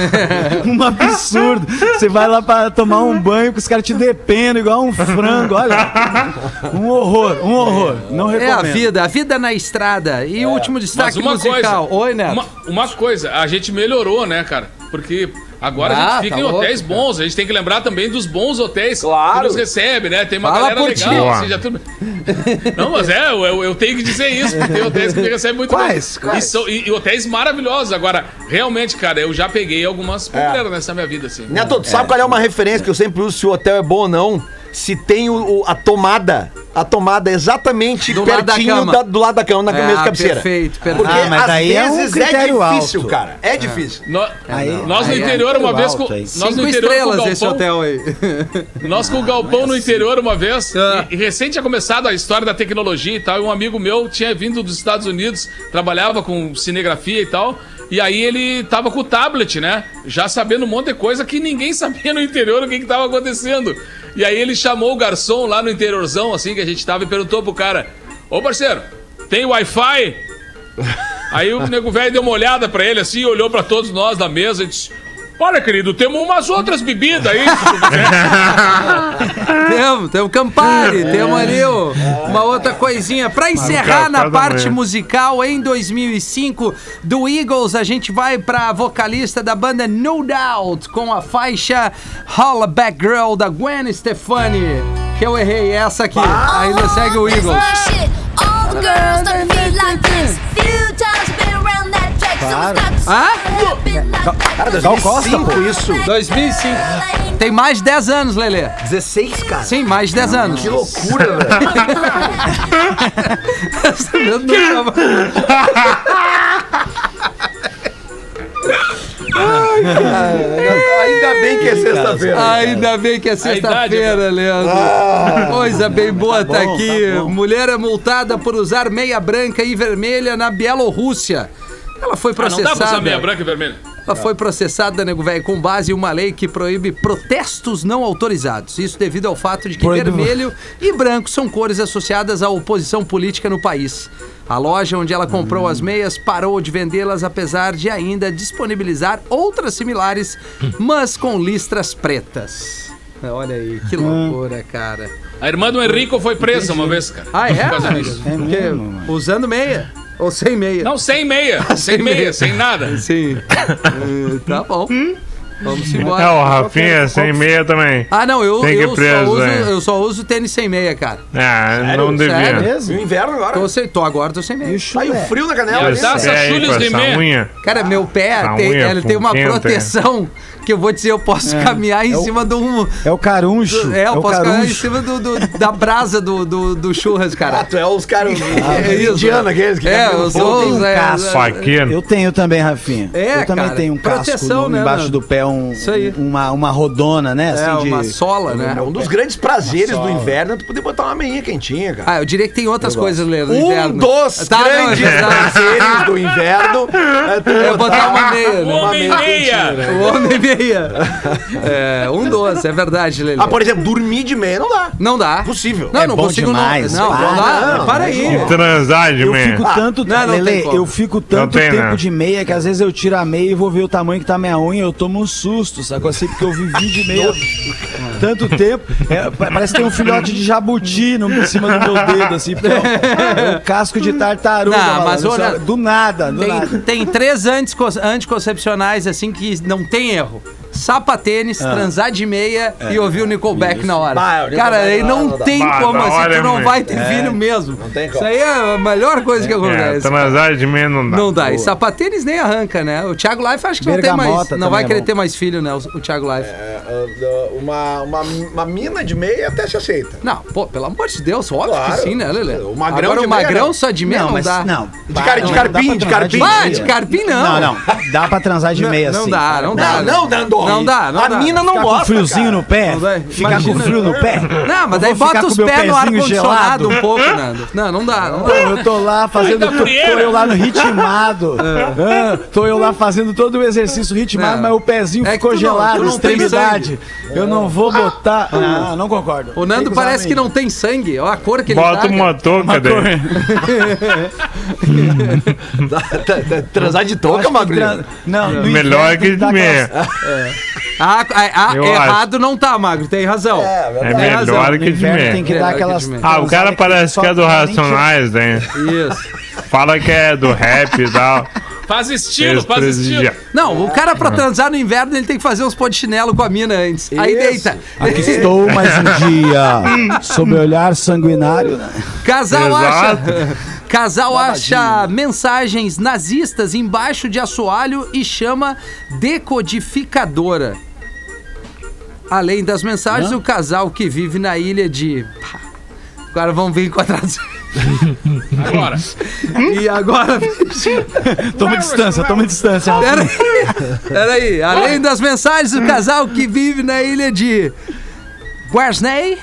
Speaker 4: Um absurdo. Você vai lá pra tomar um banho que os caras te depenam igual um frango, olha. Um horror, um horror. Não
Speaker 1: É a
Speaker 4: recomendo.
Speaker 1: vida, a vida na estrada. E o último
Speaker 5: É. Mas
Speaker 1: destaque
Speaker 5: uma
Speaker 1: musical.
Speaker 5: coisa.
Speaker 1: Oi, Neto.
Speaker 5: Uma, uma coisa, a gente melhorou, né, cara? Porque agora
Speaker 1: Ah,
Speaker 5: a gente fica
Speaker 1: tá
Speaker 5: em
Speaker 1: louco,
Speaker 5: hotéis bons. A gente tem que lembrar também dos bons hotéis
Speaker 2: Claro.
Speaker 5: que nos recebe, né? Tem uma
Speaker 1: Fala
Speaker 5: galera
Speaker 1: por ti.
Speaker 5: legal. assim, já tudo- Não, mas é, eu, eu- eu tenho que dizer isso, porque tem hotéis que me recebem muito
Speaker 4: Quais?
Speaker 5: bem. E, são- e- e hotéis maravilhosos. Agora, realmente, cara, eu já peguei
Speaker 1: É.
Speaker 5: algumas pedreiras nessa minha vida, assim.
Speaker 2: Neto, tu sabe qual é uma referência que eu sempre uso se o hotel é bom ou não? Se tem o- o- a tomada. A tomada é exatamente
Speaker 1: Do lado da
Speaker 2: pertinho
Speaker 1: cama.
Speaker 2: da- do lado da cama, ah, na
Speaker 1: É,
Speaker 2: mesma cabeceira.
Speaker 1: perfeito, perfeito.
Speaker 2: Porque
Speaker 4: Ah, mas
Speaker 2: às
Speaker 4: daí é um
Speaker 2: vezes é,
Speaker 4: critério
Speaker 2: difícil,
Speaker 4: alto.
Speaker 2: cara. É, difícil.
Speaker 5: No-
Speaker 4: Aí-
Speaker 5: nós no
Speaker 1: aí é
Speaker 5: interior, uma
Speaker 4: muito
Speaker 5: vez
Speaker 4: alto
Speaker 5: com.
Speaker 4: aí.
Speaker 5: Nós
Speaker 1: Ah, Cinco
Speaker 5: no interior com o
Speaker 1: estrelas
Speaker 5: Galpão,
Speaker 1: esse hotel aí.
Speaker 5: Nós com o Galpão no interior uma vez,
Speaker 1: Ah.
Speaker 5: e, e recente tinha começado a história da tecnologia e tal, e um amigo meu tinha vindo dos Estados Unidos, trabalhava com cinegrafia e tal, e aí ele tava com o tablet, né? Já sabendo um monte de coisa que ninguém sabia no interior o que que tava acontecendo. E aí ele chamou o garçom lá no interiorzão, assim, que a gente tava, e perguntou pro cara, ô parceiro, tem Wi-Fi? Aí o nego velho deu uma olhada pra ele assim, olhou pra todos nós da mesa e disse: Olha, querido, temos umas outras bebidas aí. se tu
Speaker 1: temos, temos Campari, temos ali o- uma outra coisinha. Pra encerrar
Speaker 3: café
Speaker 1: na
Speaker 3: da
Speaker 1: parte
Speaker 3: manhã.
Speaker 1: musical, em 2005, do Eagles, a gente vai pra vocalista da banda No Doubt, com a faixa Hollaback Girl, da Gwen Stefani. Que eu errei essa aqui. Ainda segue o Eagles.
Speaker 6: All the girls don't feel like this. Few times been around that track, so it's not so
Speaker 1: Hã?
Speaker 6: happy like that.
Speaker 4: Gal Costa, pô.
Speaker 2: isso.
Speaker 1: 2005. Tem mais de 10 anos, Lelê.
Speaker 2: 16, cara.
Speaker 1: Sim, mais de 10 anos.
Speaker 2: Que loucura, velho.
Speaker 1: Eu não tava-
Speaker 2: Ainda bem que é sexta-feira.
Speaker 1: Ainda bem que é sexta-feira, Leandro. Coisa bem boa tá,
Speaker 4: bom,
Speaker 1: aqui.
Speaker 4: Ah. tá bom.
Speaker 1: Mulher é multada por usar meia branca e vermelha na Bielorrússia. Ela foi
Speaker 5: Ah, não
Speaker 1: processada.
Speaker 5: dá pra usar meia branca e vermelha.
Speaker 1: Ela foi processada, nego velho, com base em uma lei que proíbe protestos não autorizados. Isso devido ao fato de que
Speaker 4: Proíbe-
Speaker 1: vermelho e branco são cores associadas à oposição política no país. A loja onde ela comprou as meias parou de vendê-las, apesar de ainda disponibilizar outras similares, mas com listras pretas. É, Olha aí, que loucura, cara.
Speaker 5: A irmã do Henrico foi presa uma vez, cara.
Speaker 1: Ah, é?
Speaker 5: Por causa disso.
Speaker 4: É
Speaker 1: Porque
Speaker 4: mesmo, mano.
Speaker 1: usando meia? Ou sem meia?
Speaker 5: Não, sem meia. sem
Speaker 1: Sem
Speaker 5: meia,
Speaker 1: meia.
Speaker 5: sem nada.
Speaker 1: Sim. Eh, tá bom. Vamos embora.
Speaker 3: É, o Rafinha sem meia também.
Speaker 1: Ah, não, eu,
Speaker 3: Tem que
Speaker 1: eu,
Speaker 3: preso,
Speaker 1: só uso,
Speaker 3: hein?
Speaker 1: eu só uso tênis sem meia, cara.
Speaker 3: Ah, não
Speaker 1: Sério?
Speaker 3: devia.
Speaker 2: O
Speaker 4: Mesmo?
Speaker 2: inverno agora. Tá
Speaker 1: Tô, sem, tô agora, tô sem
Speaker 4: E o
Speaker 1: meia.
Speaker 2: Aí o
Speaker 4: chulé?
Speaker 2: frio na
Speaker 5: E
Speaker 2: canela.
Speaker 5: a
Speaker 2: né?
Speaker 5: taça?
Speaker 3: É aí com
Speaker 5: Chulhos de
Speaker 3: essa
Speaker 5: meia.
Speaker 3: unha.
Speaker 1: Cara, meu pé
Speaker 3: Essa
Speaker 1: tem,
Speaker 3: Tá unha
Speaker 1: ele tem uma
Speaker 3: fungenta, hein?
Speaker 1: proteção que eu vou dizer, eu posso caminhar em
Speaker 4: o-
Speaker 1: cima de um.
Speaker 4: É o caruncho.
Speaker 1: É, eu
Speaker 4: o
Speaker 1: posso caminhar em
Speaker 4: caruncho.
Speaker 1: cima do, do- da brasa do, do, do churras,
Speaker 2: Ah,
Speaker 1: cara.
Speaker 2: tu é os caras
Speaker 1: é isso.
Speaker 2: indianos aqueles que
Speaker 1: É,
Speaker 2: caminham
Speaker 1: eu
Speaker 2: fogo.
Speaker 1: sou.
Speaker 4: tem um
Speaker 1: é,
Speaker 4: caço.
Speaker 3: Faquino.
Speaker 4: Eu tenho também, Rafinha.
Speaker 1: É,
Speaker 4: eu também
Speaker 1: cara,
Speaker 4: tenho um casco
Speaker 1: proteção,
Speaker 4: no-
Speaker 1: né,
Speaker 4: embaixo
Speaker 1: mano?
Speaker 4: do pé, um,
Speaker 1: Isso aí.
Speaker 4: Uma, uma rodona, né?
Speaker 1: é,
Speaker 4: assim, de-
Speaker 1: uma sola, né?
Speaker 2: É um dos grandes prazeres do inverno é tu poder botar uma meinha quentinha, cara.
Speaker 1: Ah, eu diria que tem outras coisas, Leandro. no
Speaker 2: Um
Speaker 1: inverno.
Speaker 2: dos
Speaker 1: Tá, não,
Speaker 2: grandes
Speaker 1: exato.
Speaker 2: prazeres do inverno é tu
Speaker 1: É botar uma meia, né?
Speaker 5: Homem e meia.
Speaker 1: O homem e meia. É, um doce, é verdade, Lelê.
Speaker 2: Ah, por exemplo, dormir de meia não dá.
Speaker 1: Não dá.
Speaker 2: Impossível.
Speaker 1: Não,
Speaker 4: É
Speaker 1: não
Speaker 4: bom
Speaker 1: consigo. não-
Speaker 4: demais.
Speaker 1: Não,
Speaker 4: Ah,
Speaker 1: não, dá.
Speaker 2: não,
Speaker 1: para
Speaker 2: não
Speaker 1: aí.
Speaker 2: é
Speaker 3: Transar de
Speaker 4: Eu fico
Speaker 3: meia.
Speaker 4: tanto,
Speaker 1: não, não tem
Speaker 4: Lele,
Speaker 1: como.
Speaker 4: eu fico tanto
Speaker 3: tem,
Speaker 4: tempo
Speaker 3: né?
Speaker 4: de meia que às vezes eu tiro a meia e vou ver o tamanho que tá minha unha, eu tomo um susto, sacou assim? Porque eu vivi de meia tanto tempo. É, pa- parece que tem um filhote de jabuti no, em cima do meu dedo, assim, porque é um- é um casco de tartaruga.
Speaker 1: Não,
Speaker 4: malandro,
Speaker 1: mas, ô,
Speaker 4: sabe?
Speaker 1: Leandro,
Speaker 4: do nada, do nada.
Speaker 1: Tem, tem três antico- anticoncepcionais assim que não tem erro. sapatênis, transar de meia e ouvir o Nickelback na hora.
Speaker 2: Bah, o
Speaker 1: cara,
Speaker 2: Nickelback
Speaker 1: aí
Speaker 2: não dá,
Speaker 1: não
Speaker 2: não dá.
Speaker 1: tem
Speaker 3: Bah,
Speaker 1: como,
Speaker 3: da
Speaker 1: assim,
Speaker 3: hora
Speaker 1: tu
Speaker 3: é
Speaker 1: não
Speaker 3: ruim.
Speaker 1: vai ter filho mesmo.
Speaker 2: tem
Speaker 1: Isso
Speaker 2: como.
Speaker 1: aí é a melhor coisa que
Speaker 3: É,
Speaker 1: acontece.
Speaker 3: transar de meia não dá.
Speaker 1: Não dá. E sapatênis nem arranca, né? O Thiago Life acho que não tem
Speaker 4: Bergamota
Speaker 1: mais. Não
Speaker 4: também
Speaker 1: vai
Speaker 4: é
Speaker 1: querer
Speaker 4: bom.
Speaker 1: ter mais filho, né? O o Thiago Life.
Speaker 2: É, Uma, uma, uma mina de meia até se aceita.
Speaker 1: Não, pô, pelo amor de Deus, óbvio
Speaker 2: Claro.
Speaker 1: que sim, né, Lelê?
Speaker 2: O magrão
Speaker 1: Agora
Speaker 2: de
Speaker 1: o
Speaker 2: meia,
Speaker 1: magrão
Speaker 2: né?
Speaker 1: só de meia não, dá.
Speaker 4: não.
Speaker 2: De car- de
Speaker 4: Não,
Speaker 2: carpim,
Speaker 4: dá
Speaker 2: de
Speaker 4: pra transar
Speaker 2: carpim.
Speaker 1: Bah,
Speaker 4: meia.
Speaker 1: de carpim não.
Speaker 4: Não, não. Dá pra transar de
Speaker 1: Não,
Speaker 4: meia,
Speaker 1: não
Speaker 4: sim.
Speaker 1: dá,
Speaker 4: cara.
Speaker 1: não
Speaker 4: Dá.
Speaker 1: dá.
Speaker 2: não, Nando.
Speaker 1: Não dá, não
Speaker 2: a
Speaker 1: dá.
Speaker 2: mina não
Speaker 4: Ficar
Speaker 2: gosta.
Speaker 4: com friozinho
Speaker 2: cara.
Speaker 4: no pé.
Speaker 1: Não dá.
Speaker 4: Ficar com
Speaker 1: Imagina.
Speaker 4: frio no pé.
Speaker 1: Não, mas daí
Speaker 4: Eu vou
Speaker 1: bota
Speaker 4: ficar
Speaker 1: os
Speaker 4: com meu
Speaker 1: pés no ar
Speaker 4: pezinho
Speaker 1: condicionado
Speaker 4: gelado.
Speaker 1: um pouco, Nando. Não, não dá, não
Speaker 4: Pô,
Speaker 1: dá.
Speaker 4: eu tô lá fazendo. Tô, tô eu lá no ritmado. Ah, tô eu lá fazendo todo o exercício ritmado,
Speaker 1: É. Não.
Speaker 4: mas o pezinho
Speaker 1: É que
Speaker 4: ficou
Speaker 1: tu não- tu
Speaker 4: gelado,
Speaker 1: não tem
Speaker 4: extremidade. Eu não vou botar. Não, não concordo.
Speaker 1: O
Speaker 4: Tem
Speaker 1: Nando
Speaker 4: usar
Speaker 1: parece que
Speaker 4: meia.
Speaker 1: não tem sangue. Ó, a cor que ele
Speaker 3: Bota
Speaker 1: tá. cara.
Speaker 3: uma touca dele.
Speaker 2: Transar de
Speaker 4: Acho
Speaker 2: touca,
Speaker 4: que
Speaker 2: magrinho.
Speaker 4: tran- Não, no
Speaker 3: Melhor
Speaker 4: inverno
Speaker 3: que
Speaker 4: tem dar
Speaker 3: de meia.
Speaker 4: aquelas-
Speaker 1: Ah, ah, ah,
Speaker 3: Eu
Speaker 1: errado não tá, Magro. Tem razão.
Speaker 2: É,
Speaker 3: É
Speaker 2: verdade.
Speaker 1: tem razão,
Speaker 3: melhor
Speaker 4: No
Speaker 3: que de
Speaker 4: inverno tem
Speaker 3: meia.
Speaker 4: que
Speaker 1: É,
Speaker 4: dar
Speaker 1: é que
Speaker 4: aquelas.
Speaker 1: de meia.
Speaker 3: Ah, o cara
Speaker 4: transada
Speaker 3: parece que é do
Speaker 4: só-
Speaker 3: Racionais, né?
Speaker 1: Isso.
Speaker 3: Fala que é do rap e tal.
Speaker 5: Faz estilo, faz estilo.
Speaker 3: Desprestigia.
Speaker 1: Não, o cara pra transar no inverno, ele tem que fazer uns pó de chinelo com a mina antes. Aí
Speaker 2: Isso.
Speaker 1: deita.
Speaker 4: Aqui estou mais um dia. Sob olhar sanguinário.
Speaker 1: Casal
Speaker 3: Exato.
Speaker 1: acha. Casal acha mensagens nazistas embaixo de assoalho e chama decodificadora. Além das mensagens, o casal que vive na ilha de. Pá, Agora vamos vir com a tradução.
Speaker 5: Agora.
Speaker 1: E agora.
Speaker 4: Toma distância, toma distância.
Speaker 1: Peraí. Peraí. Além das mensagens, o casal que vive na ilha de. Guarsney?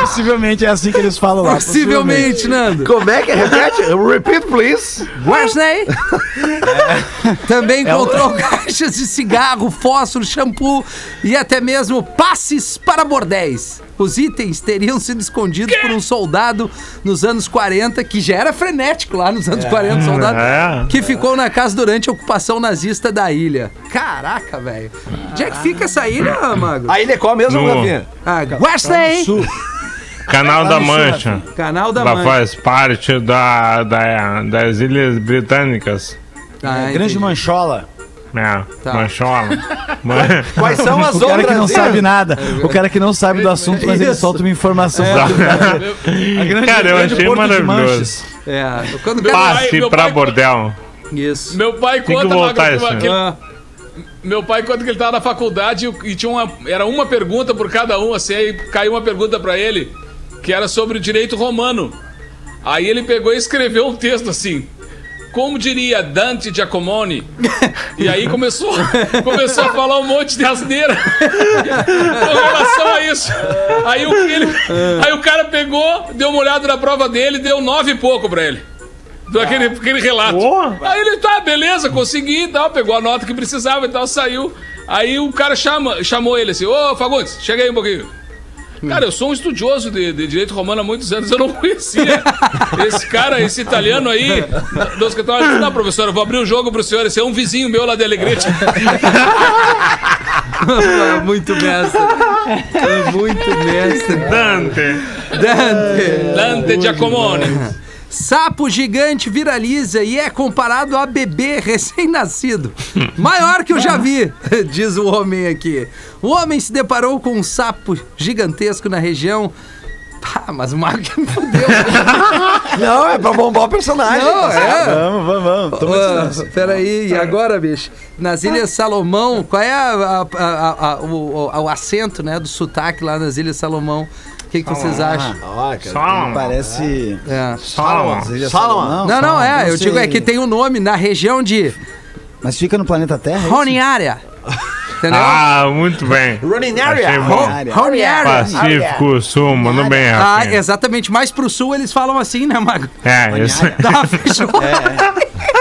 Speaker 4: Possivelmente é assim que eles falam lá.
Speaker 1: Possivelmente, Nando.
Speaker 2: Como é que é? Repete? Repeat, please.
Speaker 1: Wesley também encontrou caixas de cigarro, fósforo, shampoo e até mesmo passes para bordéis. Os itens teriam sido escondidos por um soldado nos anos 40, que já era frenético lá nos anos 40, soldado,
Speaker 3: É.
Speaker 1: que ficou na casa durante a ocupação nazista da ilha. Caraca, velho. Onde é que fica essa ilha, Mago?
Speaker 2: Aí ele é qual mesmo,
Speaker 3: No-
Speaker 2: Gavinha?
Speaker 1: Ah, Wesley,
Speaker 4: Sul.
Speaker 3: Canal da Mancha.
Speaker 1: canal da
Speaker 3: Ela
Speaker 1: Mancha.
Speaker 3: faz parte da, da- das Ilhas Britânicas.
Speaker 1: Ah,
Speaker 4: Grande
Speaker 1: entendi.
Speaker 4: manchola.
Speaker 3: É,
Speaker 1: Tá.
Speaker 3: Manchola. Man-
Speaker 2: Quais são as
Speaker 4: O cara que
Speaker 2: outras?
Speaker 4: não sabe
Speaker 2: ilhas?
Speaker 4: nada. O cara que não sabe do assunto, mas ele
Speaker 1: Isso.
Speaker 4: solta uma informação.
Speaker 1: É.
Speaker 3: Cara, eu achei
Speaker 4: Porto de
Speaker 3: maravilhoso.
Speaker 4: Manches.
Speaker 1: É, quando o cara...
Speaker 5: Passa.
Speaker 3: Passe
Speaker 5: meu
Speaker 3: pra
Speaker 5: pai-
Speaker 3: bordel.
Speaker 1: Isso.
Speaker 5: Meu pai
Speaker 3: Tem que
Speaker 5: conta,
Speaker 3: voltar
Speaker 5: Magro,
Speaker 3: isso, né?
Speaker 5: que ele-
Speaker 1: Ah.
Speaker 5: meu pai conta que ele tava na faculdade e, e tinha uma, era uma pergunta por cada um, assim, aí caiu uma pergunta pra ele, que era sobre o direito romano. Aí ele pegou e escreveu um texto assim. Como diria Dante Giacomoni? E aí começou, começou a falar um monte de asneira com relação a isso. Aí o, ele, aí o cara pegou, deu uma olhada na prova dele, deu nove e pouco pra ele. Deu aquele, aquele relato. Aí ele, tá, beleza, consegui e tal. Pegou a nota que precisava e tal, saiu. Aí o cara chama, chamou ele assim, ô Fagundes, chega aí um pouquinho. Cara, eu sou um estudioso de, de direito romano há muitos anos, eu não conhecia esse cara, esse italiano aí. Dos que tava- não, professor, eu vou abrir o jogo pro senhor, esse é um vizinho meu lá de Alegrete.
Speaker 1: É muito mestre. É muito mestre.
Speaker 3: Dante.
Speaker 1: Dante.
Speaker 5: Dante Giacomone.
Speaker 1: Sapo gigante viraliza e é comparado a bebê recém-nascido. Maior que eu já vi, diz o homem aqui. O homem se deparou com um sapo gigantesco na região. Ah, mas o Mago que me fudeu.
Speaker 2: Não, é pra bombar o personagem.
Speaker 1: Não, é.
Speaker 4: tá Vamos, vamos, vamos. Toma distância.
Speaker 1: Ô, peraí, e agora, bicho? Nas Ilhas Salomão, qual é a- a- a- a- o, o- o acento né, do sotaque lá nas Ilhas Salomão? O que, que vocês acham?
Speaker 2: Ah, cara.
Speaker 3: Solomon.
Speaker 4: Parece.
Speaker 1: É.
Speaker 3: Solomon.
Speaker 4: Ilha
Speaker 2: Solomon.
Speaker 1: Não, não, é. Eu
Speaker 4: sei.
Speaker 1: digo é que tem o nome na região de
Speaker 4: Mas fica no planeta Terra? é isso?
Speaker 1: Roniária. Entendeu?
Speaker 3: Ah, muito bem.
Speaker 2: Running area.
Speaker 3: Achei bom.
Speaker 4: Área.
Speaker 1: Roniária.
Speaker 3: Pacífico, Sul, mandou bem,
Speaker 1: Ah,
Speaker 3: Rafinha.
Speaker 1: exatamente. Mais pro sul eles falam assim, né, Mago?
Speaker 3: É, isso.
Speaker 1: Tá, fechou.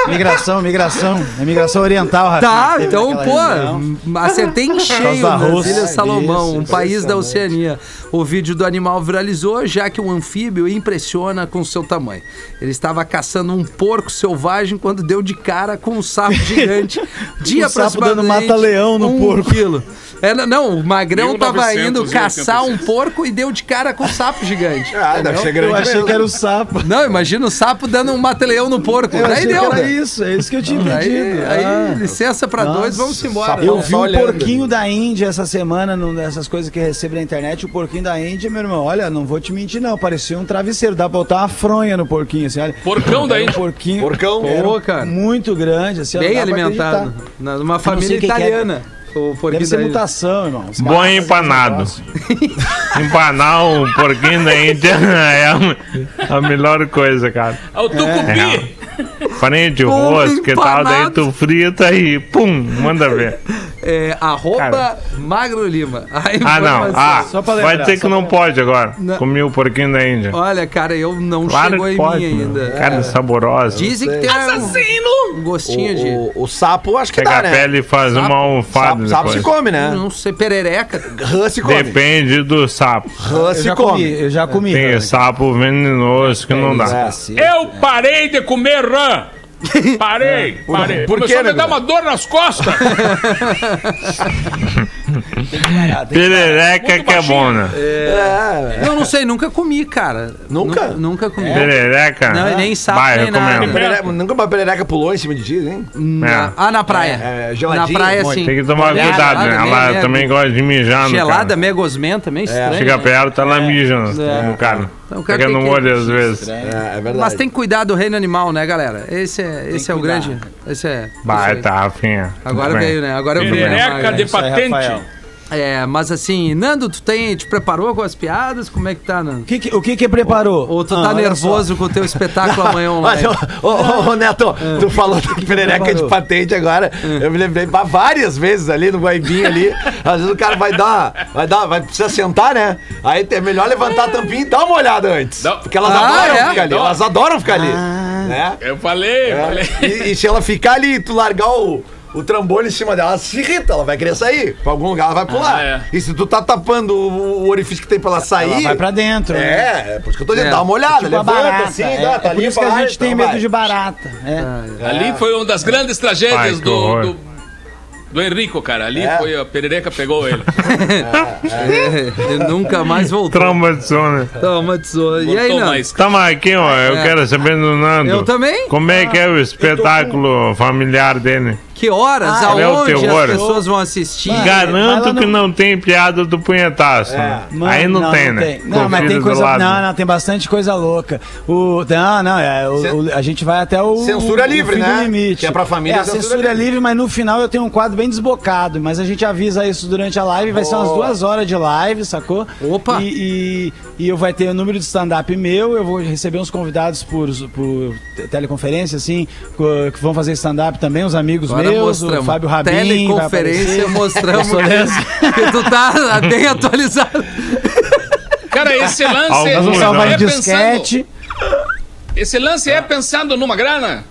Speaker 4: Migração, migração. É migração oriental, Rafinha.
Speaker 1: Tá,
Speaker 4: Teve
Speaker 1: então,
Speaker 4: naquela região.
Speaker 1: pô, acertei em cheio
Speaker 4: Causa
Speaker 1: nas
Speaker 4: russa.
Speaker 1: Ilhas Salomão,
Speaker 4: Isso,
Speaker 1: um país da
Speaker 4: impressionante.
Speaker 1: Oceania. O vídeo do animal viralizou, já que o anfíbio impressiona com seu tamanho. Ele estava caçando um porco selvagem quando deu de cara com um sapo gigante de
Speaker 4: O sapo dando
Speaker 1: aproximadamente
Speaker 4: mata-leão no
Speaker 1: um
Speaker 4: porco.
Speaker 1: quilo. É, não, não, o Magrão tava indo
Speaker 5: 1986.
Speaker 1: caçar um porco e deu de cara com um sapo gigante.
Speaker 2: Ah, deve ser grande
Speaker 4: Eu achei
Speaker 2: mesmo.
Speaker 4: que era o sapo.
Speaker 1: Não, imagina o sapo dando um mateleão no porco.
Speaker 4: Eu
Speaker 1: Daí
Speaker 4: achei
Speaker 1: deu,
Speaker 4: que era
Speaker 1: né?
Speaker 4: isso, é isso que eu tinha
Speaker 1: Aí,
Speaker 4: entendido.
Speaker 1: aí,
Speaker 4: Ah.
Speaker 1: licença pra dois, vamos embora. né?
Speaker 2: sapo.
Speaker 4: Eu
Speaker 2: Tá
Speaker 4: vi um
Speaker 2: olhando.
Speaker 4: porquinho da Índia essa semana, num dessas coisas que recebo na internet. O porquinho da Índia, meu irmão, olha, não vou te mentir, não. Parecia um travesseiro. Dá pra botar uma fronha no porquinho, assim, olha.
Speaker 5: Porcão da
Speaker 4: Era
Speaker 5: Índia.
Speaker 4: Um porquinho.
Speaker 2: Porcão.
Speaker 4: era
Speaker 1: Pô, cara.
Speaker 4: Muito grande, assim.
Speaker 1: Bem
Speaker 4: não dá pra
Speaker 1: alimentado.
Speaker 4: acreditar.
Speaker 1: Na- Numa
Speaker 4: sei
Speaker 1: família
Speaker 4: o que que é.
Speaker 1: italiana. O
Speaker 4: Deve
Speaker 1: porquinho
Speaker 4: ser
Speaker 1: da-
Speaker 4: mutação, irmão. Os
Speaker 3: Boi
Speaker 4: caras fazem
Speaker 3: é empanado.
Speaker 4: esse negócio.
Speaker 3: Empanar um porquinho da Índia é a, a melhor coisa, cara.
Speaker 5: Ah, o
Speaker 2: É,
Speaker 5: tucupi.
Speaker 3: Farinha de
Speaker 1: Pombo
Speaker 3: rosto, que tal? Daí
Speaker 1: empanado.
Speaker 3: tu frita e pum, manda ver.
Speaker 1: É, arroba
Speaker 3: Cara.
Speaker 1: Magro Lima. A
Speaker 3: Ah, não.
Speaker 1: informação.
Speaker 3: Ah,
Speaker 4: Só pra
Speaker 3: vai
Speaker 4: lembrar,
Speaker 3: dizer
Speaker 4: só
Speaker 3: que não pode agora.
Speaker 1: Não.
Speaker 3: Comi o porquinho da Índia.
Speaker 1: Olha, cara, eu não
Speaker 3: Ah. Claro
Speaker 1: chegou
Speaker 3: que
Speaker 1: em
Speaker 3: pode.
Speaker 1: mim
Speaker 3: mano.
Speaker 1: ainda. É.
Speaker 3: Carne saborosa.
Speaker 1: Dizem que tem
Speaker 3: assim,
Speaker 1: um, um gostinho de.
Speaker 2: O, o- o sapo, acho que
Speaker 3: Pega
Speaker 2: dá,
Speaker 3: a
Speaker 2: né?
Speaker 3: pele e faz uma almofada
Speaker 2: Sapo, sapo se
Speaker 3: depois.
Speaker 2: come, né?
Speaker 1: Não sei, perereca.
Speaker 2: Rã se come.
Speaker 3: Depende do sapo.
Speaker 2: Rã
Speaker 4: Eu
Speaker 2: se
Speaker 4: já comi,
Speaker 2: come.
Speaker 4: eu já comi.
Speaker 3: Tem
Speaker 1: É.
Speaker 4: cara.
Speaker 3: sapo venenoso que não
Speaker 2: É,
Speaker 3: dá.
Speaker 4: Cacete.
Speaker 5: Eu parei de comer rã. Parei, parei.
Speaker 2: por
Speaker 5: Começou
Speaker 2: quê, né,
Speaker 5: a me
Speaker 2: nego?
Speaker 5: dar uma dor nas costas.
Speaker 3: Perereca
Speaker 5: Muito
Speaker 3: que é bom, né?
Speaker 2: É,
Speaker 1: Eu não sei, nunca comi, cara.
Speaker 2: Nunca?
Speaker 1: Nunca, nunca
Speaker 3: É.
Speaker 1: comi.
Speaker 3: Perereca.
Speaker 1: É. Não, e nem sapo,
Speaker 3: Vai,
Speaker 1: nem
Speaker 3: recomendo.
Speaker 1: nada.
Speaker 2: Perereca- Nunca uma perereca pulou em cima de ti, hein?
Speaker 1: Na- ah, na praia.
Speaker 2: É, é,
Speaker 1: na
Speaker 2: geladinha,
Speaker 1: praia,
Speaker 2: muito.
Speaker 1: sim.
Speaker 3: Tem que tomar
Speaker 1: Molhada,
Speaker 3: cuidado, né?
Speaker 1: meio-
Speaker 3: Ela
Speaker 1: meio-
Speaker 3: também gosta de mijar no
Speaker 1: Gelada,
Speaker 3: cara.
Speaker 1: meio gosmenta,
Speaker 4: É.
Speaker 1: meio estranho.
Speaker 3: Chega
Speaker 1: né?
Speaker 3: perto, ela mija no,
Speaker 1: É.
Speaker 3: no cara.
Speaker 1: Então, o cara
Speaker 3: Pega
Speaker 1: tem
Speaker 3: no
Speaker 1: que-
Speaker 3: olho às vezes.
Speaker 2: É, é verdade.
Speaker 1: Mas tem que cuidar do reino animal, né, galera? Esse é, esse é o
Speaker 4: cuidar.
Speaker 1: grande. Esse é.
Speaker 3: Vai,
Speaker 1: isso aí.
Speaker 3: tá, Rafinha.
Speaker 1: Agora
Speaker 3: Tudo bem.
Speaker 1: veio, né? Agora eu vi. né,
Speaker 5: Perereca
Speaker 1: Magra?
Speaker 5: de
Speaker 4: Isso aí, Rafael.
Speaker 5: patente.
Speaker 1: É, mas assim, Nando, tu tem, te preparou com as piadas? Como é que tá, Nando?
Speaker 4: O que, que- o que que preparou?
Speaker 1: Ou tu
Speaker 4: Ah,
Speaker 1: tá
Speaker 4: olha só.
Speaker 1: nervoso com o teu espetáculo amanhã
Speaker 2: Mas,
Speaker 1: online?
Speaker 2: ô, ô, ô, Neto,
Speaker 1: É.
Speaker 2: tu falou da perereca de patente agora. Eu me lembrei bah, várias vezes ali no guaibinho ali. Às vezes o cara vai dar, vai dar, vai precisar sentar, né? Aí é melhor levantar a tampinha e dar uma olhada antes.
Speaker 5: Não.
Speaker 2: Porque elas
Speaker 1: Ah,
Speaker 2: adoram
Speaker 1: é? Ah.
Speaker 2: ficar ali.
Speaker 5: Não.
Speaker 2: Elas adoram ficar ali. Né?
Speaker 5: Eu falei, eu falei.
Speaker 2: É. E, e se ela ficar ali e tu largar o, o trambolho em cima dela, ela se irrita, ela vai querer sair. Pra algum lugar ela vai pular.
Speaker 5: Ah, é.
Speaker 2: E se tu tá tapando o, o orifício que tem pra ela sair.
Speaker 4: Ela vai pra dentro. né?
Speaker 2: É, é, por isso que eu tô dizendo,
Speaker 1: É.
Speaker 2: dá uma olhada,
Speaker 4: Tipo a
Speaker 2: levanta
Speaker 4: barata.
Speaker 2: assim,
Speaker 4: é,
Speaker 2: dá,
Speaker 4: é por
Speaker 2: ali
Speaker 4: isso que a
Speaker 2: vai,
Speaker 4: gente tem
Speaker 2: então
Speaker 4: medo
Speaker 2: vai. Ah.
Speaker 4: de barata. É.
Speaker 5: Ali foi uma das grandes
Speaker 3: Ai,
Speaker 5: tragédias
Speaker 3: que
Speaker 5: do,
Speaker 3: horror.
Speaker 5: do, do Henrico, cara. Ali
Speaker 2: É.
Speaker 5: foi a perereca pegou ele.
Speaker 1: É, ele nunca mais voltou.
Speaker 3: Traumatizou, né?
Speaker 1: Toma, tesoura. E aí,
Speaker 5: Botou
Speaker 1: Nando?
Speaker 5: mais.
Speaker 3: Tamo aqui, ó. Eu
Speaker 1: É.
Speaker 3: quero saber do Nando.
Speaker 1: Eu também?
Speaker 3: Como é que
Speaker 4: Ah,
Speaker 3: é o espetáculo familiar dele?
Speaker 1: Que horas,
Speaker 4: Ah,
Speaker 3: é o
Speaker 1: aonde as
Speaker 3: terror.
Speaker 1: pessoas vão assistir?
Speaker 4: Vai. vai lá
Speaker 3: Garanto
Speaker 4: Ah, é, no- É.
Speaker 3: que não tem piada do punhetaço. né?
Speaker 4: Mano,
Speaker 3: Aí não, tem, né? Com
Speaker 4: Não,
Speaker 3: o
Speaker 4: mas
Speaker 3: filho
Speaker 4: tem
Speaker 3: do
Speaker 4: coisa.
Speaker 3: lado.
Speaker 4: Não, não, tem bastante coisa louca. O, não, não, é, o-
Speaker 2: Cen-
Speaker 4: o- a gente vai até o.
Speaker 2: Censura
Speaker 4: o
Speaker 2: livre,
Speaker 4: fim do
Speaker 2: né?
Speaker 4: limite.
Speaker 2: Que é pra família,
Speaker 4: É, a
Speaker 2: censura
Speaker 4: censura,
Speaker 2: livre.
Speaker 4: livre. mas no final eu tenho um quadro bem desbocado. Mas a gente avisa isso durante a live. Vai ser umas duas horas de live, sacou?
Speaker 1: Opa!
Speaker 4: E, e, e eu vai ter o número de stand-up meu. Eu vou receber uns convidados por, por te- teleconferência, assim, co- que vão fazer stand-up também, uns amigos
Speaker 1: Agora
Speaker 4: meus, o
Speaker 1: mostramos.
Speaker 4: Fábio Rabin. vai
Speaker 1: Teleconferência
Speaker 4: aparecer.
Speaker 1: mostramos que, que tu tá bem atualizado.
Speaker 5: Cara, esse lance
Speaker 3: Alguns
Speaker 4: Nós vamos
Speaker 3: Sim,
Speaker 4: salvar
Speaker 3: não.
Speaker 4: em
Speaker 5: é
Speaker 4: disquete.
Speaker 5: pensando. Esse lance é pensando numa grana.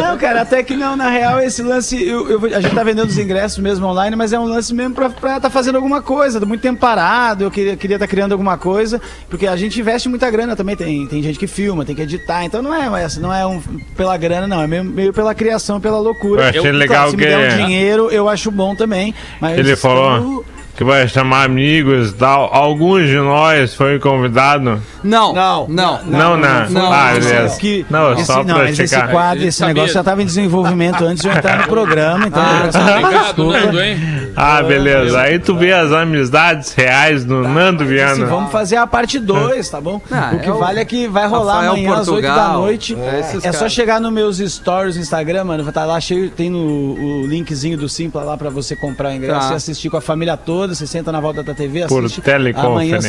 Speaker 4: Não, cara, até que não. Na real, esse lance. eu- eu vou- a gente tá vendendo os ingressos mesmo online, mas é um lance mesmo pra, pra tá fazendo alguma coisa. Tô muito tempo parado, eu queria estar queria tá criando alguma coisa, porque a gente investe muita grana também. Tem, tem gente que filma, tem que editar. Então não é essa, não é um, pela grana, não. É meio, meio pela criação, pela loucura.
Speaker 3: Eu achei
Speaker 4: claro,
Speaker 3: legal
Speaker 4: se
Speaker 3: que-
Speaker 4: me der um dinheiro, eu acho bom também. Mas
Speaker 3: Ele falou
Speaker 4: eu-
Speaker 3: que vai chamar amigos e tal. Alguns de nós foi convidado.
Speaker 1: Não, não,
Speaker 2: Não.
Speaker 1: não.
Speaker 3: Não, né?
Speaker 1: não,
Speaker 3: Ah,
Speaker 1: não,
Speaker 3: beleza.
Speaker 4: que-
Speaker 3: Não,
Speaker 4: esse,
Speaker 3: só
Speaker 4: não,
Speaker 3: pra
Speaker 4: mas esse
Speaker 3: checar.
Speaker 4: quadro, esse
Speaker 5: Sabia.
Speaker 4: negócio já tava em desenvolvimento antes de eu entrar no programa, então.
Speaker 1: Ah, tá.
Speaker 5: Obrigado, Nando, hein?
Speaker 3: Ah, beleza. Aí tu vê as amizades reais do Nando Viana.
Speaker 4: Assim, vamos fazer a
Speaker 3: É.
Speaker 4: parte 2, tá bom?
Speaker 1: Ah,
Speaker 4: o que
Speaker 1: é o
Speaker 4: vale é que vai rolar
Speaker 1: Rafael
Speaker 4: amanhã às 8 da
Speaker 1: Portugal.
Speaker 4: noite.
Speaker 1: É,
Speaker 4: É,
Speaker 1: esses
Speaker 4: só
Speaker 1: caras.
Speaker 4: chegar nos meus stories no Instagram, mano. Vai estar lá cheio, tem no, o linkzinho do Simpla lá pra você comprar o ingresso
Speaker 1: Tá.
Speaker 4: e assistir com a família toda. Você senta na volta da TV,
Speaker 3: Por
Speaker 4: assiste amanhã,
Speaker 3: teleconferência.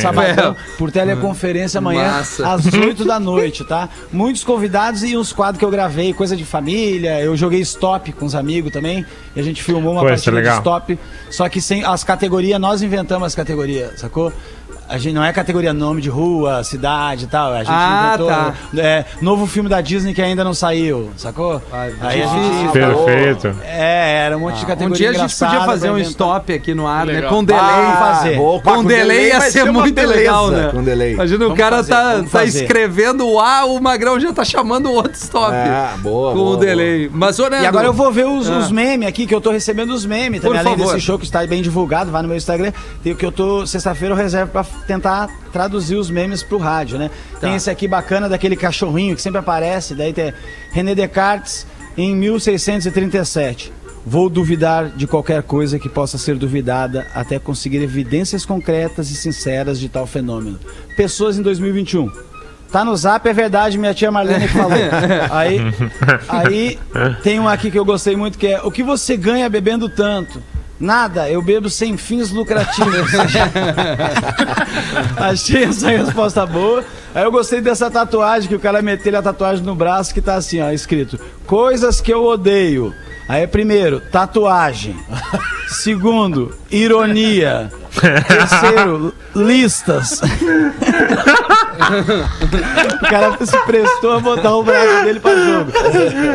Speaker 4: sabadão, por teleconferência amanhã
Speaker 1: Massa.
Speaker 4: às 8 da noite, tá? Muitos convidados e uns quadros que eu gravei, coisa de família. Eu joguei stop com os amigos também. E a gente filmou uma
Speaker 3: Pô, isso
Speaker 4: partida
Speaker 3: é
Speaker 4: de
Speaker 3: legal.
Speaker 4: stop. Só que sem as categorias, nós inventamos as categorias, sacou? A gente não é categoria nome de rua, cidade e tal. A gente
Speaker 1: Ah,
Speaker 4: inventou.
Speaker 1: tá.
Speaker 4: é, novo filme da Disney que ainda não saiu, sacou?
Speaker 1: Ah,
Speaker 4: Aí a gente.
Speaker 3: Perfeito.
Speaker 4: É, era um monte de
Speaker 1: Um
Speaker 4: categoria.
Speaker 1: dia a gente
Speaker 4: engraçada
Speaker 1: podia fazer
Speaker 4: pra
Speaker 1: um
Speaker 4: inventar.
Speaker 1: stop aqui no ar, né?
Speaker 5: Legal.
Speaker 1: Com delay.
Speaker 4: Ah, fazer.
Speaker 2: boa.
Speaker 1: com,
Speaker 2: Com
Speaker 1: delay
Speaker 2: delay
Speaker 1: ia
Speaker 2: vai
Speaker 1: ser,
Speaker 2: ser uma
Speaker 1: muito
Speaker 2: beleza,
Speaker 1: legal, né?
Speaker 2: com delay.
Speaker 1: Imagina, o
Speaker 4: Vamos
Speaker 1: cara
Speaker 4: fazer,
Speaker 1: tá,
Speaker 4: vamos
Speaker 1: tá
Speaker 4: fazer.
Speaker 1: escrevendo o A, o Magrão já tá chamando o outro stop.
Speaker 4: Ah,
Speaker 2: É, boa,
Speaker 1: Com
Speaker 2: boa,
Speaker 1: o delay. Mas, ô, Nando,
Speaker 4: E agora eu vou ver os,
Speaker 1: Ah.
Speaker 4: os memes aqui, que eu tô recebendo os memes
Speaker 1: Por
Speaker 4: também. Além
Speaker 1: favor.
Speaker 4: desse show que está bem divulgado, vai no meu Instagram. Tem o que eu tô. Sexta-feira eu reservo pra tentar traduzir os memes pro rádio, né?
Speaker 1: Tá.
Speaker 4: Tem esse aqui bacana daquele cachorrinho que sempre aparece. Daí tem René Descartes em 1637. Vou duvidar de qualquer coisa que possa ser duvidada até conseguir evidências concretas e sinceras de tal fenômeno. Pessoas em 2021. Tá no zap, é verdade, minha tia Marlene que falou. aí, aí tem um aqui que eu gostei muito que é: O que você ganha bebendo tanto? Nada, eu bebo sem fins lucrativos. Achei essa resposta boa. Aí eu gostei dessa tatuagem que o cara meteu a tatuagem no braço que tá assim, ó, escrito: Coisas que eu odeio. Aí é primeiro, tatuagem. Segundo, ironia. Terceiro, listas. O cara se prestou a botar o braço dele pra jogo.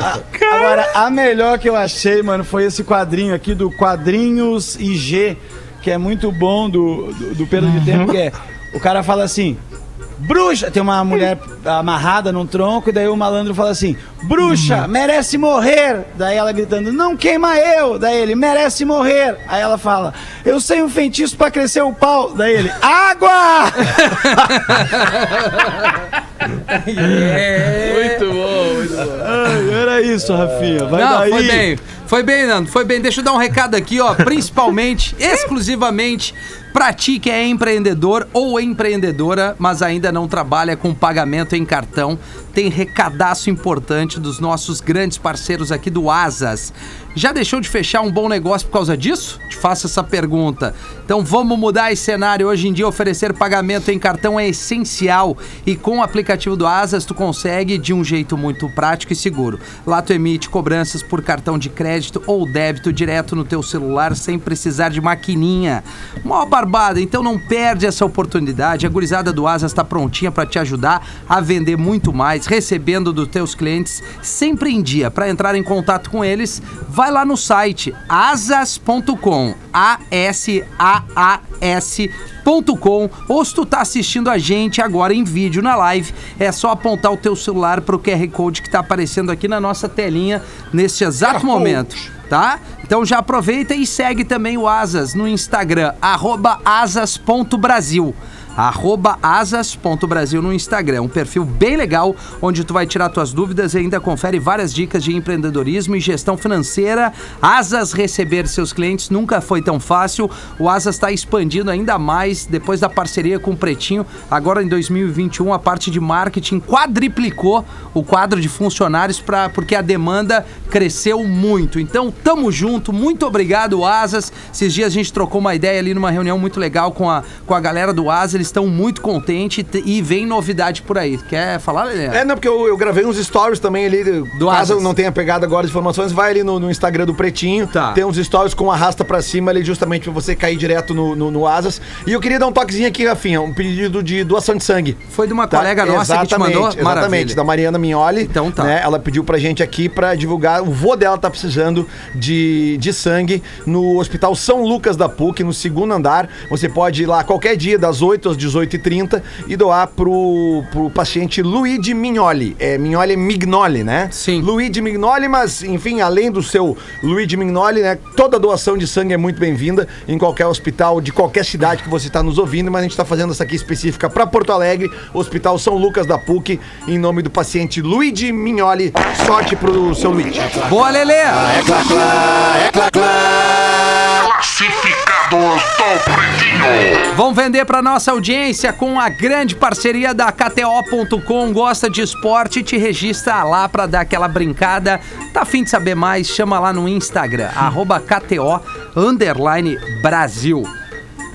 Speaker 4: A- Agora, a melhor que eu achei, mano, foi esse quadrinho aqui do Quadrinhos IG, que é muito bom do, do, do Pedro de Tempo, que é. O cara fala assim. Bruxa, tem uma mulher amarrada num tronco, e daí o malandro fala assim: Bruxa, merece morrer! Daí ela gritando: Não queima eu! Daí ele: Merece morrer! Aí ela fala: Eu sei um feitiço pra crescer o pau! Daí ele: Água! É.
Speaker 5: Muito bom, muito bom.
Speaker 4: Ai, era isso, Rafinha. Vai
Speaker 1: Não,
Speaker 4: daí.
Speaker 1: foi bem. Foi bem, Nando, foi bem. Deixa eu dar um recado aqui, ó. Principalmente, exclusivamente pra ti que é empreendedor ou empreendedora, mas ainda não trabalha com pagamento em cartão. Tem recadaço importante dos nossos grandes parceiros aqui do Asas. Já deixou de fechar um bom negócio por causa disso? Te faço essa pergunta. Então vamos mudar esse cenário. Hoje em dia, oferecer pagamento em cartão é essencial. E com o aplicativo do Asas, tu consegue de um jeito muito prático e seguro. Lá tu emite cobranças por cartão de crédito ou débito direto no teu celular sem precisar de maquininha. Mó barbada, então não perde essa oportunidade. A gurizada do Asas está prontinha para te ajudar a vender muito mais, recebendo dos teus clientes sempre em dia. Para entrar em contato com eles, vai lá no site asas.com. A S A A S com ou se tu tá assistindo a gente agora em vídeo na live, é só apontar o teu celular pro QR Code que tá aparecendo aqui na nossa telinha neste exato momento, tá? Então já aproveita e segue também o Asas no Instagram, arroba asas.brasil arroba asas.brasil no Instagram. Um perfil bem legal, onde tu vai tirar tuas dúvidas e ainda confere várias dicas de empreendedorismo e gestão financeira. Asas receber seus clientes nunca foi tão fácil. O Asas está expandindo ainda mais depois da parceria com o Pretinho. Agora em 2021, a parte de marketing quadriplicou o quadro de funcionários pra, porque a demanda cresceu muito. Então, tamo junto. Muito obrigado, Asas. Esses dias a gente trocou uma ideia ali numa reunião muito legal com a, com a galera do Asas. Eles estão muito contentes e te- e vem novidade por aí. Quer falar, Lelê?
Speaker 2: É, não, porque eu, eu gravei uns stories também ali. Do caso
Speaker 1: Asas.
Speaker 2: não tenha pegado agora as informações, vai ali no, no Instagram do Pretinho.
Speaker 1: Tá.
Speaker 2: Tem uns stories com arrasta pra cima ali, justamente pra você cair direto no, no, no Asas. E eu queria dar um toquezinho aqui, Rafinha, um pedido de doação de sangue.
Speaker 1: Foi de uma
Speaker 2: Tá?
Speaker 1: colega nossa que te mandou.
Speaker 2: Exatamente,
Speaker 1: Maravilha.
Speaker 2: da Mariana Mignoli.
Speaker 1: Então tá.
Speaker 2: né? Ela pediu pra gente aqui pra divulgar. O vô dela tá precisando de, de sangue no Hospital São Lucas da PUC, no segundo andar. Você pode ir lá qualquer dia, das 8 às 18h30, e doar pro, pro paciente Luigi Mignoli. É, Mignoli é Mignoli, né?
Speaker 1: Sim.
Speaker 2: Luigi Mignoli, mas enfim, além do seu Luigi Mignoli, né? Toda doação de sangue é muito bem-vinda em qualquer hospital de qualquer cidade que você está nos ouvindo, mas a gente está fazendo essa aqui específica para Porto Alegre, Hospital São Lucas da PUC, em nome do paciente Luigi Mignoli. Sorte pro seu Luigi.
Speaker 1: Boa, Lelê!
Speaker 7: Classificados do Pretinho.
Speaker 1: Vão vender para nossa audiência com a grande parceria da KTO.com. Gosta de esporte? Te registra lá para dar aquela brincada. Tá afim de saber mais? Chama lá no Instagram, arroba KTO underline Brasil.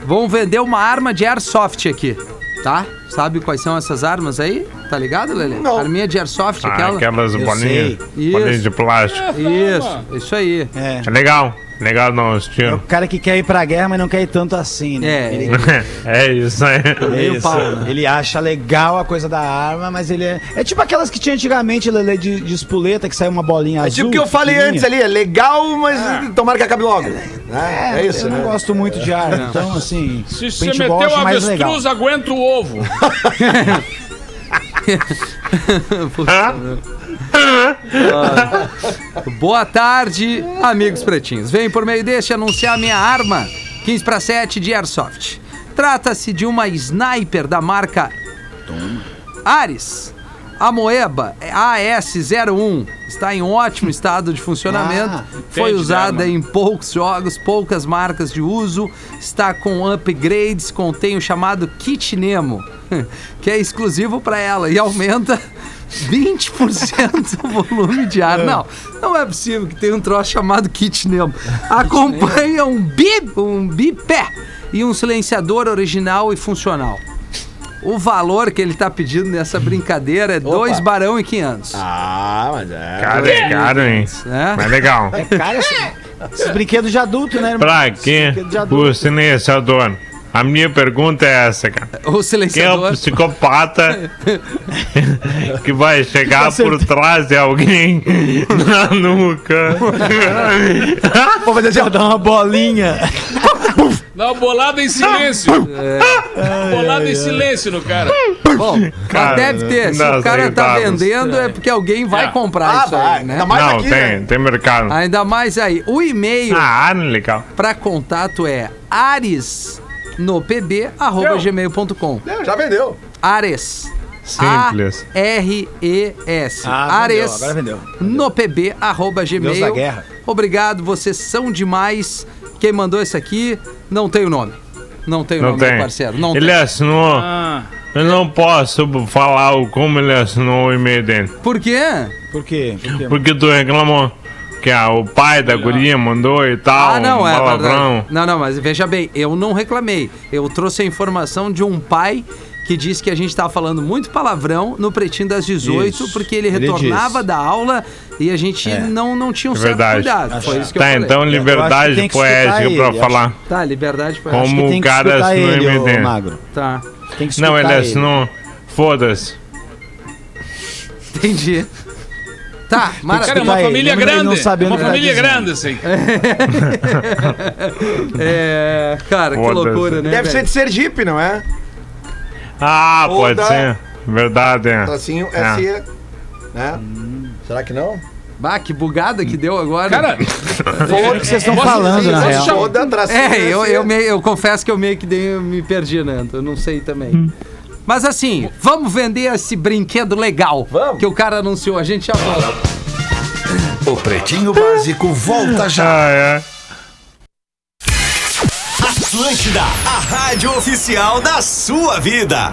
Speaker 1: Vão vender uma arma de airsoft aqui, tá? Sabe quais são essas armas aí? tá ligado, Lelê?
Speaker 2: Não.
Speaker 1: Arminha de airsoft,
Speaker 3: Ah,
Speaker 1: aquela.
Speaker 3: aquelas
Speaker 4: Eu
Speaker 3: bolinhas,
Speaker 1: sei.
Speaker 3: bolinhas
Speaker 1: Isso.
Speaker 3: de plástico.
Speaker 1: Isso, isso aí.
Speaker 4: É.
Speaker 3: É legal, legal não, os
Speaker 4: É o
Speaker 3: tiros.
Speaker 4: cara que quer ir pra guerra, mas não quer ir tanto assim, né?
Speaker 1: É.
Speaker 4: Ele
Speaker 3: é isso aí.
Speaker 1: Meio
Speaker 4: Isso.
Speaker 1: pau, né?
Speaker 4: Ele acha legal a coisa da arma, mas ele é. É tipo aquelas que tinha antigamente, Lele, de, de espoleta, que saiu uma bolinha
Speaker 2: É
Speaker 4: azul.
Speaker 2: tipo o que eu falei
Speaker 4: pequenininha.
Speaker 2: antes ali, é legal, mas tomara que acabe logo. É, é, isso,
Speaker 4: eu
Speaker 2: né?
Speaker 4: não gosto muito de
Speaker 1: É.
Speaker 4: arma, então assim.
Speaker 5: Se você meteu
Speaker 4: paintball
Speaker 5: o
Speaker 4: acho mais legal.
Speaker 5: avestruz, aguenta o ovo.
Speaker 1: Boa tarde, amigos pretinhos. Venho por meio deste anunciar minha arma 15 para 7 de Airsoft. Trata-se de uma sniper da marca Ares. A Moeba AS01 está em ótimo estado de funcionamento.
Speaker 4: Ah,
Speaker 1: foi
Speaker 5: entende, né,
Speaker 1: usada
Speaker 5: arma?
Speaker 1: em poucos jogos, poucas marcas de uso. Está com upgrades, contém o chamado kit Nemo, que é exclusivo para ela e aumenta 20% o volume de ar. Não, não é possível que tenha um troço chamado kit Nemo. Acompanha um bi, um bipé e um silenciador original e funcional. O valor que ele tá pedindo nessa brincadeira é 2 barão e 500.
Speaker 2: Ah, mas é.
Speaker 3: Cara, é caro, hein?
Speaker 1: né?
Speaker 3: Mas legal.
Speaker 4: É cara, esse, esse brinquedo de adulto, né, irmão?
Speaker 3: Pra quê?
Speaker 4: Brinquedo de adulto.
Speaker 3: O silenciador. A minha pergunta é essa, cara.
Speaker 1: O
Speaker 3: Quem é o
Speaker 1: silenciador.
Speaker 3: psicopata que vai chegar
Speaker 4: Acertei.
Speaker 3: por trás de alguém na nuca?
Speaker 2: Vou fazer assim, ó.
Speaker 4: Pra dar uma bolinha.
Speaker 5: Dá uma bolada em silêncio. Bolada em silêncio no cara.
Speaker 1: Bom, mas
Speaker 3: Cara,
Speaker 1: deve ter. Se
Speaker 3: Ah, né? não
Speaker 1: o cara tá
Speaker 3: aceitável.
Speaker 1: vendendo, é porque alguém vai
Speaker 5: É.
Speaker 1: comprar
Speaker 2: Ah,
Speaker 1: isso aí,
Speaker 2: vai.
Speaker 1: né?
Speaker 4: Tá
Speaker 2: Ainda mais
Speaker 3: Não,
Speaker 2: aqui,
Speaker 3: tem,
Speaker 2: né?
Speaker 3: tem mercado.
Speaker 1: Ainda mais aí. O e-mail
Speaker 3: Ah, ah, legal.
Speaker 1: pra contato é aresnopb.gmail.com
Speaker 2: Não, já vendeu.
Speaker 1: Ares.
Speaker 3: Simples.
Speaker 1: A-R-E-S.
Speaker 4: Ah, vendeu,
Speaker 1: Ares.
Speaker 4: agora vendeu.
Speaker 1: No pb, arroba gmail.
Speaker 4: Deus da guerra.
Speaker 1: Obrigado, vocês são demais. Quem mandou isso aqui não tem o nome. Não tem o
Speaker 3: Não
Speaker 1: nome,
Speaker 3: tem.
Speaker 1: meu parceiro. Não
Speaker 3: ele é
Speaker 1: tem.
Speaker 3: assinou.
Speaker 5: Ah,
Speaker 3: Eu não posso falar o como ele assinou o e-mail dele.
Speaker 1: Por quê?
Speaker 4: Por quê? Por quê?
Speaker 3: Porque tu reclamou que ah, o pai da guria mandou e tal.
Speaker 1: Ah, não,
Speaker 3: um
Speaker 1: é
Speaker 3: palavrão.
Speaker 1: verdade. Não, não, mas veja bem, eu não reclamei. Eu trouxe a informação de um pai que disse que a gente tava falando muito palavrão no Pretinho das 18,
Speaker 4: Isso,
Speaker 1: porque ele
Speaker 4: ele
Speaker 1: retornava
Speaker 4: disse.
Speaker 1: da aula e a gente não, não tinha um
Speaker 3: É
Speaker 1: certo
Speaker 3: verdade.
Speaker 1: cuidado. Foi isso que eu
Speaker 3: Tá,
Speaker 1: falei.
Speaker 4: Eu
Speaker 3: então
Speaker 4: acho que tem
Speaker 3: liberdade
Speaker 4: que escutar
Speaker 3: poética
Speaker 4: ele,
Speaker 3: pra
Speaker 4: acho.
Speaker 3: falar.
Speaker 1: Tá, liberdade para...
Speaker 3: Como-
Speaker 4: Tem que
Speaker 3: o cara
Speaker 4: escutar
Speaker 3: assinou
Speaker 4: ele, ô,
Speaker 3: MD.
Speaker 4: magro.
Speaker 1: Tá,
Speaker 4: Tem que
Speaker 3: Não, ele
Speaker 2: é
Speaker 4: escutar
Speaker 3: assinou. Foda-se.
Speaker 1: entendi. Tá,
Speaker 5: cara, é
Speaker 1: maravilha.
Speaker 5: uma
Speaker 4: Escuta
Speaker 5: família
Speaker 4: ele, não- ele não
Speaker 5: grande. É
Speaker 4: sabe,
Speaker 5: uma
Speaker 4: não
Speaker 5: família
Speaker 4: tá dizendo.
Speaker 5: grande, assim.
Speaker 1: É, cara, que
Speaker 3: Foda-se.
Speaker 1: loucura, né?
Speaker 2: Deve ser
Speaker 1: velho?
Speaker 2: de Sergipe, não é?
Speaker 3: Ah,
Speaker 2: Ou
Speaker 3: pode
Speaker 2: da-
Speaker 3: ser. Verdade, é.
Speaker 2: Tracinho
Speaker 3: É.
Speaker 2: SE. Né? Será que não?
Speaker 1: Bah, que bugada que deu agora.
Speaker 5: Cara,
Speaker 4: Foi o que vocês estão
Speaker 5: Posso-
Speaker 4: falando, na
Speaker 5: posso
Speaker 4: real.
Speaker 5: chamar-
Speaker 2: Foda, tracinho
Speaker 1: É, eu,
Speaker 2: SE.
Speaker 1: eu, meio- eu confesso que eu meio que dei- me perdi, Nando. Eu não sei também. Mas assim, vamos vender esse brinquedo legal
Speaker 2: Vamos.
Speaker 1: que o cara anunciou. A gente já volta.
Speaker 8: O Pretinho Básico volta já.
Speaker 3: Ah, é.
Speaker 8: Atlântida, a rádio oficial da sua vida.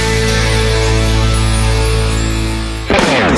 Speaker 2: De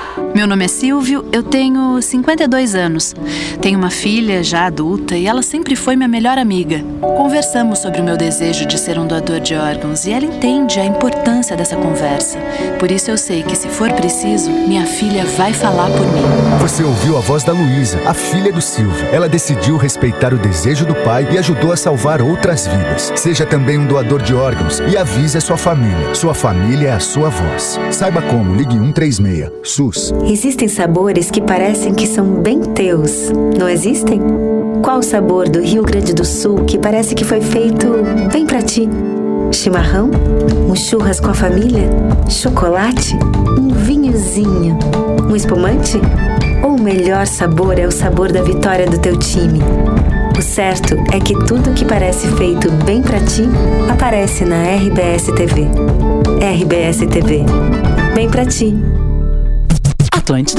Speaker 9: Meu nome é Silvio, eu tenho 52 anos. Tenho uma filha já adulta e ela sempre foi minha melhor amiga. Conversamos sobre o meu desejo de ser um doador de órgãos e ela entende a importância dessa conversa. Por isso eu sei que se for preciso, minha filha vai falar por mim.
Speaker 10: Você ouviu a voz da Luísa, a filha do Silvio. Ela decidiu respeitar o desejo do pai e ajudou a salvar outras vidas. Seja também um doador de órgãos e avise a sua família. Sua família é a sua voz. Saiba como, ligue 136. SUS.
Speaker 11: Existem sabores que parecem que são bem teus, não existem? Qual o sabor do Rio Grande do Sul que parece que foi feito bem pra ti? Chimarrão? Um churras com a família? Chocolate? Um vinhozinho? Um espumante? Ou o melhor sabor é o sabor da vitória do teu time? O certo é que tudo que parece feito bem pra ti aparece na RBS TV. RBS TV. Bem pra ti.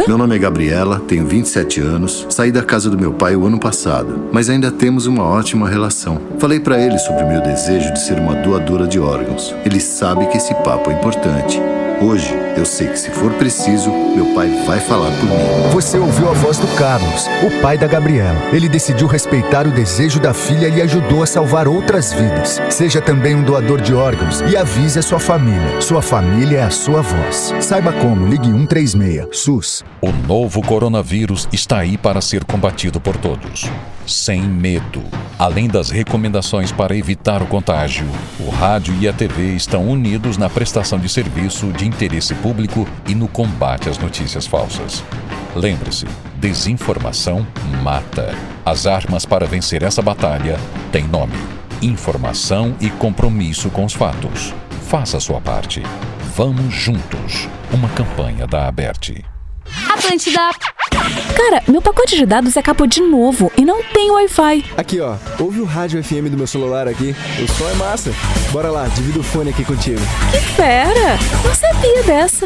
Speaker 12: Meu nome é Gabriela, tenho 27 anos, saí da casa do meu pai o ano passado, mas ainda temos uma ótima relação. Falei para ele sobre o meu desejo de ser uma doadora de órgãos. Ele sabe que esse papo é importante. Hoje, eu sei que se for preciso, meu pai vai falar por mim.
Speaker 10: Você ouviu a voz do Carlos, o pai da Gabriela. Ele decidiu respeitar o desejo da filha e ajudou a salvar outras vidas. Seja também um doador de órgãos e avise a sua família. Sua família é a sua voz. Saiba como, ligue 136, SUS.
Speaker 13: O novo coronavírus está aí para ser combatido por todos. Sem medo. Além das recomendações para evitar o contágio, o rádio e a TV estão unidos na prestação de serviço de interesse público e no combate às notícias falsas. Lembre-se, desinformação mata. As armas para vencer essa batalha têm nome: informação e compromisso com os fatos. Faça a sua parte. Vamos juntos. Uma campanha da Aberte.
Speaker 14: Atlântida. Cara, meu pacote de dados acabou de novo e não tem Wi-Fi.
Speaker 15: Aqui, ó. Ouve o rádio FM do meu celular aqui. O som é massa. Bora lá, divido o fone aqui contigo.
Speaker 14: Que fera! Não sabia dessa.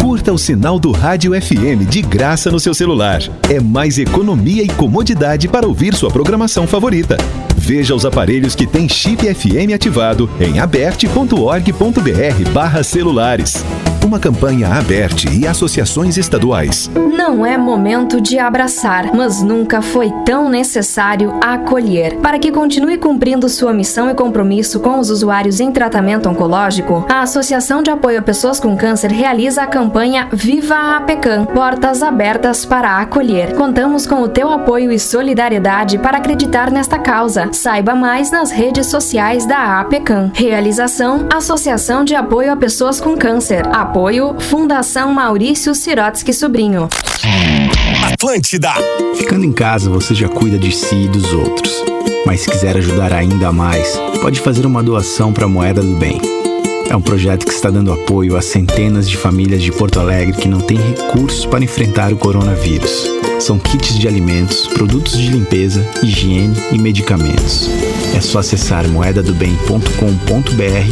Speaker 16: Curta o sinal do Rádio FM de graça no seu celular. É mais economia e comodidade para ouvir sua programação favorita. Veja os aparelhos que têm chip FM ativado em aberte.org.br barra celulares. Uma campanha aberte e associações estaduais.
Speaker 17: Não é momento de abraçar, mas nunca foi tão necessário acolher. Para que continue cumprindo sua missão e compromisso com os usuários em tratamento oncológico, a Associação de Apoio a Pessoas com Câncer realiza a campanha Viva a APECAM Portas abertas para acolher. Contamos com o teu apoio e solidariedade para acreditar nesta causa. Saiba mais nas redes sociais da APECAM. Realização: Associação de Apoio a Pessoas com Câncer. Apoio: Fundação Maurício Sirotsky Sobrinho.
Speaker 8: Atlântida.
Speaker 18: Ficando em casa, você já cuida de si e dos outros. Mas se quiser ajudar ainda mais, pode fazer uma doação para a Moeda do Bem. É um projeto que está dando apoio a centenas de famílias de Porto Alegre que não têm recursos para enfrentar o coronavírus. São kits de alimentos, produtos de limpeza, higiene e medicamentos. É só acessar moedadobem.com.br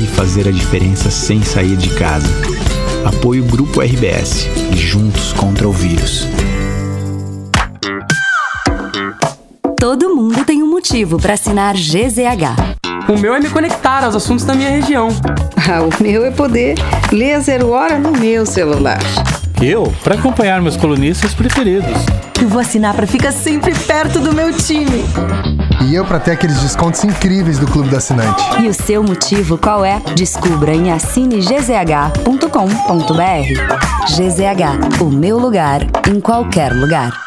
Speaker 18: e fazer a diferença sem sair de casa. Apoio Grupo RBS e Juntos contra o Vírus.
Speaker 19: Todo mundo tem um motivo para assinar GZH.
Speaker 20: O meu é me conectar aos assuntos da minha região.
Speaker 21: Ah, o meu é poder ler a zero hora no meu celular.
Speaker 22: Eu, para acompanhar meus colunistas preferidos.
Speaker 23: Eu vou assinar para ficar sempre perto do meu time.
Speaker 24: E eu para ter aqueles descontos incríveis do Clube do Assinante.
Speaker 19: E o seu motivo qual é? Descubra em assinegzh.com.br. GZH, o meu lugar em qualquer lugar.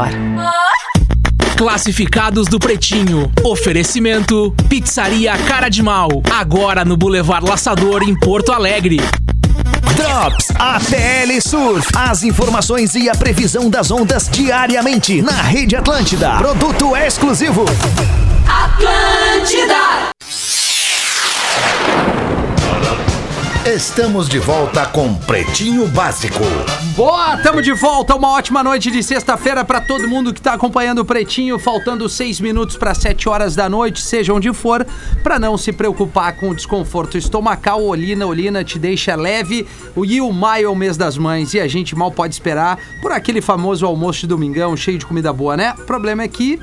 Speaker 25: Classificados do Pretinho. Oferecimento: Pizzaria Cara de Mal. Agora no Boulevard Laçador, em Porto Alegre.
Speaker 8: Drops ATL Surf. As informações e a previsão das ondas diariamente na Rede Atlântida. Produto exclusivo.
Speaker 6: Atlântida!
Speaker 12: Estamos de volta com Pretinho Básico.
Speaker 1: Boa, estamos de volta. Uma ótima noite de sexta-feira para todo mundo que está acompanhando o Pretinho. Faltando seis minutos para sete horas da noite, seja onde for, para não se preocupar com o desconforto estomacal. Olina, Olina te deixa leve. O e o maio é o mês das mães e a gente mal pode esperar por aquele famoso almoço de domingão cheio de comida boa, né? O problema é que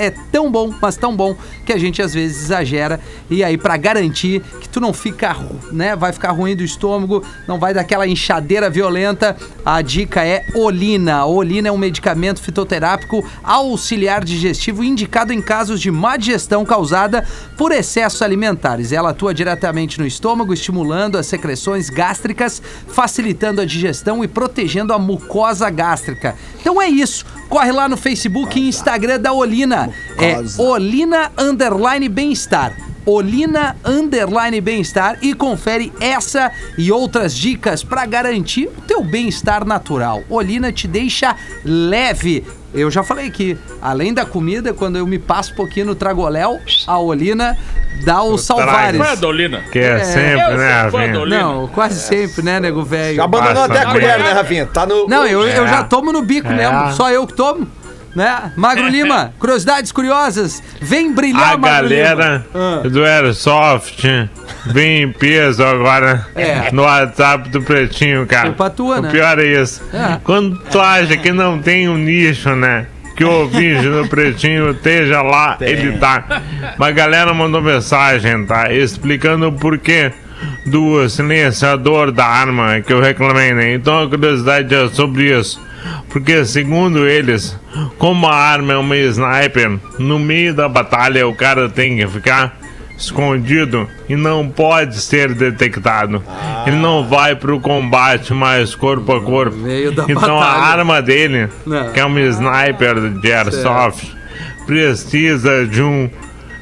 Speaker 1: é tão bom, mas tão bom que a gente às vezes exagera e aí para garantir que tu não fica, ru- né, vai ficar ruim do estômago, não vai daquela inchadeira violenta, a dica é Olina. Olina é um medicamento fitoterápico auxiliar digestivo indicado em casos de má digestão causada por excessos alimentares. Ela atua diretamente no estômago, estimulando as secreções gástricas, facilitando a digestão e protegendo a mucosa gástrica. Então é isso. Corre lá no Facebook e Instagram da Olina. É Olina Underline Bem-Estar. Olina Underline Bem-Estar e confere essa e outras dicas para garantir o teu bem-estar natural. Olina te deixa leve. Eu já falei aqui, além da comida, quando eu me passo um pouquinho no tragoléu, a Olina dá os salvares.
Speaker 5: Fã da Olina.
Speaker 3: Que é sempre,
Speaker 1: eu sou
Speaker 3: né,
Speaker 1: fã
Speaker 3: Rafinha?
Speaker 1: da Olina. Não, quase sempre, né, nego velho?
Speaker 3: Já abandonou Passa até a muito. colher, né,
Speaker 1: Rafinha? Tá no. Não, eu, eu
Speaker 3: É.
Speaker 1: já tomo no bico
Speaker 3: É.
Speaker 1: mesmo. Só eu que tomo. Né? Magro Lima, curiosidades curiosas. Vem brilhar,
Speaker 3: A
Speaker 1: Magro
Speaker 3: galera
Speaker 1: Lima. Ah.
Speaker 3: do Airsoft vem em peso agora
Speaker 1: É.
Speaker 3: no WhatsApp do Pretinho, cara.
Speaker 1: Culpa tua,
Speaker 3: o
Speaker 1: né?
Speaker 3: pior é isso.
Speaker 1: É.
Speaker 3: Quando tu acha que não tem um nicho, né? Que o ouvinte do Pretinho esteja lá,
Speaker 2: Tem.
Speaker 3: ele tá. Mas a galera mandou mensagem, tá? Explicando o porquê do silenciador da arma que eu reclamei, né? Então a curiosidade é sobre isso. Porque, segundo eles, como a arma é uma sniper, no meio da batalha o cara tem que ficar escondido e não pode ser detectado. Ele não vai pro combate mais corpo a corpo.
Speaker 1: da
Speaker 3: então
Speaker 1: batalha.
Speaker 3: a arma dele,
Speaker 1: Não.
Speaker 3: que é uma sniper de airsoft, precisa de um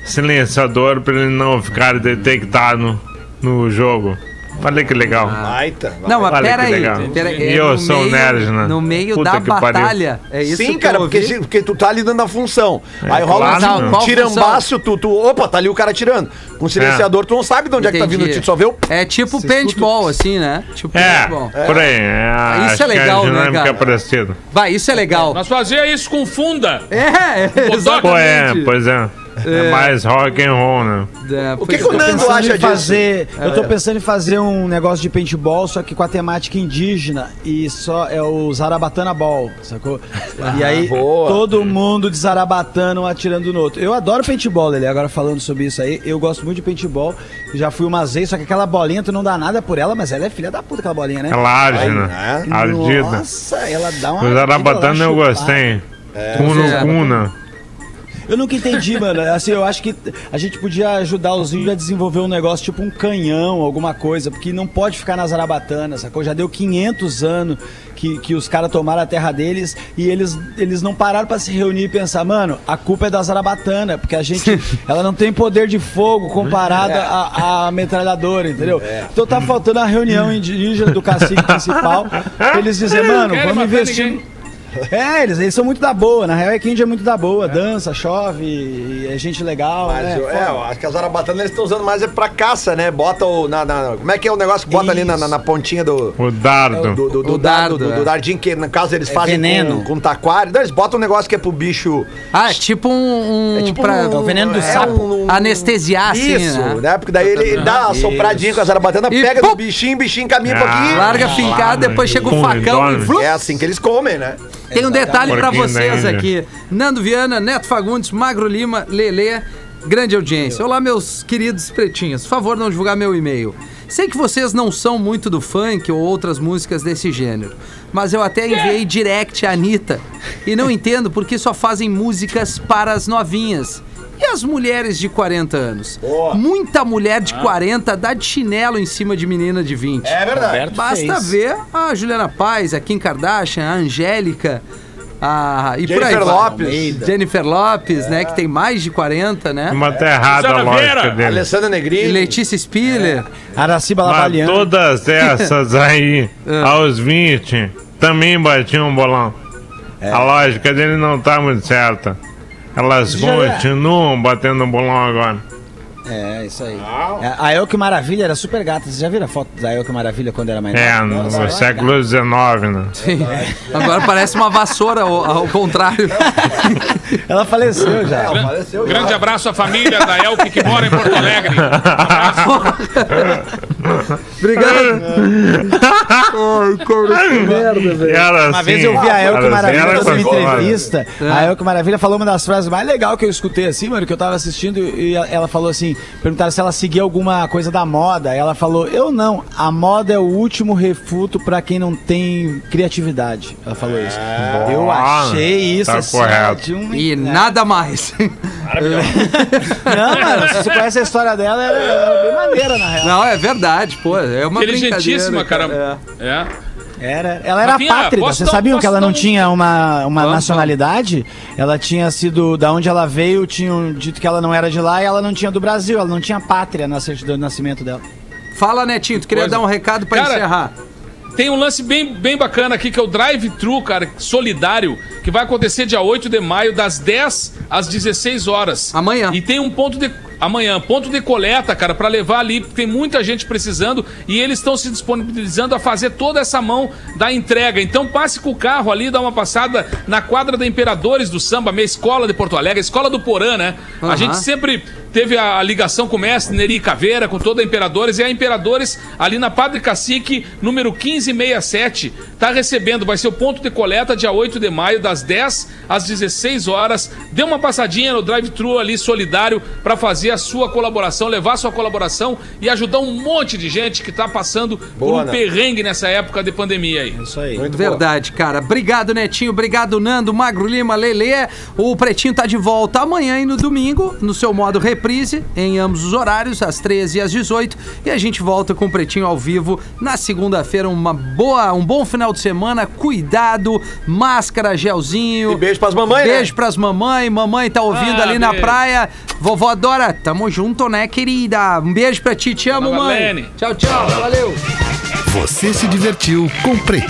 Speaker 3: silenciador para ele não ficar detectado no jogo. Olha que legal.
Speaker 1: Ah, Não, mas
Speaker 3: Olha que
Speaker 1: peraí.
Speaker 3: legal.
Speaker 1: pera aí, é
Speaker 3: eu
Speaker 1: no
Speaker 3: sou
Speaker 1: meio-
Speaker 3: nerd, né?
Speaker 1: No meio
Speaker 3: Puta
Speaker 1: da
Speaker 3: que pariu.
Speaker 1: batalha. É isso
Speaker 2: Sim,
Speaker 1: que
Speaker 2: cara,
Speaker 1: eu
Speaker 2: porque,
Speaker 1: ouvi.
Speaker 2: se- porque tu tá lidando na função.
Speaker 3: É,
Speaker 2: Aí rola
Speaker 3: claro,
Speaker 2: um,
Speaker 3: né?
Speaker 2: tirambaço, tu, tu. Opa, tá ali o cara tirando.
Speaker 10: É.
Speaker 2: Com silenciador, tu não sabe de onde é que tá
Speaker 1: Entendi.
Speaker 2: vindo o tiro, só vê o.
Speaker 1: É tipo paintball, assim, né? Tipo
Speaker 3: É,
Speaker 1: paintball.
Speaker 3: por aí. é, acho
Speaker 1: Isso
Speaker 3: que
Speaker 1: é legal,
Speaker 3: a
Speaker 1: né,
Speaker 3: dinâmica
Speaker 1: cara?
Speaker 3: é parecida.
Speaker 1: Vai, isso é legal.
Speaker 5: Nós fazia isso com funda.
Speaker 1: É,
Speaker 3: Pô, é, pois é. É
Speaker 5: É.
Speaker 3: mais rock and roll, né?
Speaker 1: O
Speaker 2: que, que o Nando acha disso?
Speaker 4: fazer, Eu tô
Speaker 2: É.
Speaker 4: pensando em fazer um negócio de paintball, só que com a temática indígena e só é o Zarabatana Ball, sacou? e
Speaker 2: Ah,
Speaker 4: aí
Speaker 2: boa.
Speaker 4: todo mundo de Zarabatana um atirando no outro. Eu adoro paintball, ele agora falando sobre isso aí, eu gosto muito de paintball. Já fui umas vezes, só que aquela bolinha tu não dá nada por ela, mas ela é filha da puta aquela bolinha, né?
Speaker 3: Ela age, né? Ardida.
Speaker 4: Nossa, ela dá uma
Speaker 3: O Zarabatana eu
Speaker 4: chupada.
Speaker 3: gostei.
Speaker 4: É.
Speaker 3: Cuno
Speaker 4: É.
Speaker 3: Cuna.
Speaker 4: Eu nunca entendi, mano. Assim, eu acho que a gente podia ajudar os índios a desenvolver um negócio tipo um canhão, alguma coisa, porque não pode ficar na Zarabatana, sacou? Já deu 500 anos que, que os caras tomaram a terra deles e eles, eles não pararam pra se reunir e pensar, mano, a culpa é da Zarabatana, porque a gente, ela não tem poder de fogo comparada
Speaker 2: É.
Speaker 4: à, à metralhadora, entendeu?
Speaker 5: É.
Speaker 4: Então tá faltando a reunião indígena do cacique principal, pra eles dizerem,
Speaker 5: Não
Speaker 4: mano,
Speaker 5: quero
Speaker 4: vamos
Speaker 5: matar
Speaker 4: investir...
Speaker 5: ninguém."
Speaker 4: É, eles, eles são muito da boa. Na real é que índia é muito da boa. Dança, chove, é gente legal.
Speaker 2: Mas
Speaker 4: né?
Speaker 2: eu,
Speaker 4: Foda.
Speaker 2: é, eu acho que as zarabatanas eles estão usando mais é pra caça, né? Bota o. Na, na- como é que é o negócio que bota ali na, na- na pontinha do.
Speaker 3: O dardo.
Speaker 2: É, Do, do, do dardo,
Speaker 3: O dardo,
Speaker 2: do,
Speaker 3: é.
Speaker 2: do dardinho, que no caso eles
Speaker 3: É
Speaker 2: fazem
Speaker 3: veneno.
Speaker 2: com, com taquari. Não, eles botam um negócio que é pro bicho.
Speaker 1: Ah, é tipo um.
Speaker 2: É tipo um-
Speaker 1: pra- É o veneno do sapo. Anestesiar, assim,
Speaker 2: Isso,
Speaker 1: né?
Speaker 2: né? Porque daí ele dá a
Speaker 1: Isso.
Speaker 2: sopradinha com a zarabatana,
Speaker 1: E
Speaker 2: pega
Speaker 1: pum!
Speaker 2: do bichinho, bichinho caminha um
Speaker 1: Ah,
Speaker 3: É.
Speaker 2: pouquinho.
Speaker 1: larga fincado,
Speaker 2: Claro,
Speaker 1: depois chega o
Speaker 2: come,
Speaker 1: facão
Speaker 2: dorme.
Speaker 1: e vlu-
Speaker 2: É assim que eles comem, né?
Speaker 1: Tem um detalhe pra
Speaker 2: Porquinho da
Speaker 1: vocês
Speaker 2: Índia.
Speaker 1: aqui. Nando Viana, Neto Fagundes, Magro Lima, Lelê, grande audiência. Olá, meus queridos pretinhos. Por favor, não divulgar meu e-mail. Sei que vocês não são muito do funk ou outras músicas desse gênero, mas eu até enviei direct à Anitta e não entendo porque só fazem músicas para as novinhas. E as mulheres de 40 anos? Muita mulher de 40 dá de chinelo em cima de menina de 20.
Speaker 2: É verdade. Roberto
Speaker 1: Basta
Speaker 2: fez.
Speaker 1: ver a Juliana Paz, a Kim Kardashian, a Angélica, a. E por aí
Speaker 2: Jennifer
Speaker 1: vai.
Speaker 2: Lopes.
Speaker 1: Jennifer Lopes, né?
Speaker 5: É.
Speaker 1: Que tem mais de 40, né?
Speaker 3: Mas tá errada a lógica dele.
Speaker 2: Alessandra Negrini.
Speaker 1: Letícia Spiller.
Speaker 4: Araciba
Speaker 3: Mas todas essas aí,
Speaker 1: Ah.
Speaker 3: aos 20, também batiam um bolão.
Speaker 1: É.
Speaker 3: A lógica dele não tá muito certa. Elas
Speaker 4: Já é.
Speaker 3: continuam batendo bolão agora.
Speaker 4: É, isso aí. A El que Maravilha era super gata. Vocês já viram a foto da El que Maravilha quando era mais
Speaker 3: É,
Speaker 4: nova?
Speaker 3: no
Speaker 4: Nossa, ela era
Speaker 3: século XIX,
Speaker 5: É,
Speaker 3: né?
Speaker 1: Sim. Agora parece uma vassoura ao, ao contrário.
Speaker 3: é-
Speaker 4: Ela faleceu
Speaker 2: É,
Speaker 4: já.
Speaker 5: Grande abraço à família da Elke que mora em Porto Alegre.
Speaker 1: Ai, cara, que merda, velho.
Speaker 4: Uma vez
Speaker 3: assim,
Speaker 4: eu vi a Elke Maravilha numa entrevista.
Speaker 1: É.
Speaker 4: A Elke Maravilha falou uma das frases mais legais que eu escutei, assim, mano, que eu tava assistindo e a- ela falou assim: perguntaram se ela seguia alguma coisa da moda. Ela falou: eu não, a moda é o último refuto pra quem não tem criatividade. Ela falou isso. eu achei isso
Speaker 3: É. tá
Speaker 4: assim.
Speaker 3: correto.
Speaker 4: de um-
Speaker 1: E nada mais.
Speaker 4: Não, mano, se você conhece a história dela, ela é bem maneira, na real.
Speaker 1: Não, é verdade, pô. É uma
Speaker 5: Inteligentíssima,
Speaker 1: brincadeira.
Speaker 5: cara. É.
Speaker 4: Era, Ela era
Speaker 5: Rafinha,
Speaker 4: pátrida.
Speaker 5: posso
Speaker 4: Vocês
Speaker 5: dar um-
Speaker 4: sabiam que
Speaker 5: posso
Speaker 4: ela
Speaker 5: dar
Speaker 4: não
Speaker 5: um-
Speaker 4: tinha uma, uma nacionalidade? Ela tinha sido. Da onde ela veio, tinham dito que ela não era de lá e ela não tinha do Brasil. Ela não tinha pátria na certidão de nascimento dela.
Speaker 1: Fala, Netinho, tu queria
Speaker 5: Coisa.
Speaker 1: dar um recado pra
Speaker 5: Cara,
Speaker 1: encerrar.
Speaker 5: Tem um lance bem, bem bacana aqui que é o drive-thru, cara, solidário, que vai acontecer dia 8 de maio, das 10 às 16 horas.
Speaker 1: Amanhã.
Speaker 5: E tem um ponto de. Amanhã, ponto de coleta, cara, pra levar ali, porque tem muita gente precisando e eles estão se disponibilizando a fazer toda essa mão da entrega. Então passe com o carro ali, dá uma passada na quadra da Imperadores do Samba, minha escola de Porto Alegre, a escola do Porã, né? A
Speaker 1: Aham.
Speaker 5: gente sempre teve a, a ligação com o mestre Neri Caveira, com toda a Imperadores, e a Imperadores, ali na Padre Cacique, número 1567, tá recebendo, vai ser o ponto de coleta dia 8 de maio, das 10 às 16 horas. Dê uma passadinha no drive-thru ali, solidário, para fazer a sua colaboração, levar a sua colaboração e ajudar um monte de gente que tá passando
Speaker 1: Boa,
Speaker 5: por um
Speaker 1: né?
Speaker 5: perrengue nessa época de pandemia aí.
Speaker 4: Isso aí.
Speaker 1: é Verdade, cara. Obrigado, Netinho. Obrigado, Nando, Magro Lima, Lele. O Pretinho tá de volta amanhã e no domingo, no seu modo reprise, em ambos os horários, às 13 e às 18. E a gente volta com o Pretinho ao vivo na segunda-feira. Uma boa, um bom final de semana. Cuidado, máscara, gelzinho. E
Speaker 2: beijo pras mamães, né?
Speaker 1: Beijo pras mamães. Mamãe tá ouvindo
Speaker 2: Ah,
Speaker 1: ali na
Speaker 2: beijo.
Speaker 1: praia. Vovó Dora, tamo junto, né, querida? Um beijo pra ti, te amo,
Speaker 5: Dona
Speaker 1: mãe.
Speaker 5: Marlene.
Speaker 1: Tchau, tchau. Valeu.
Speaker 12: Você se divertiu com Pretinho.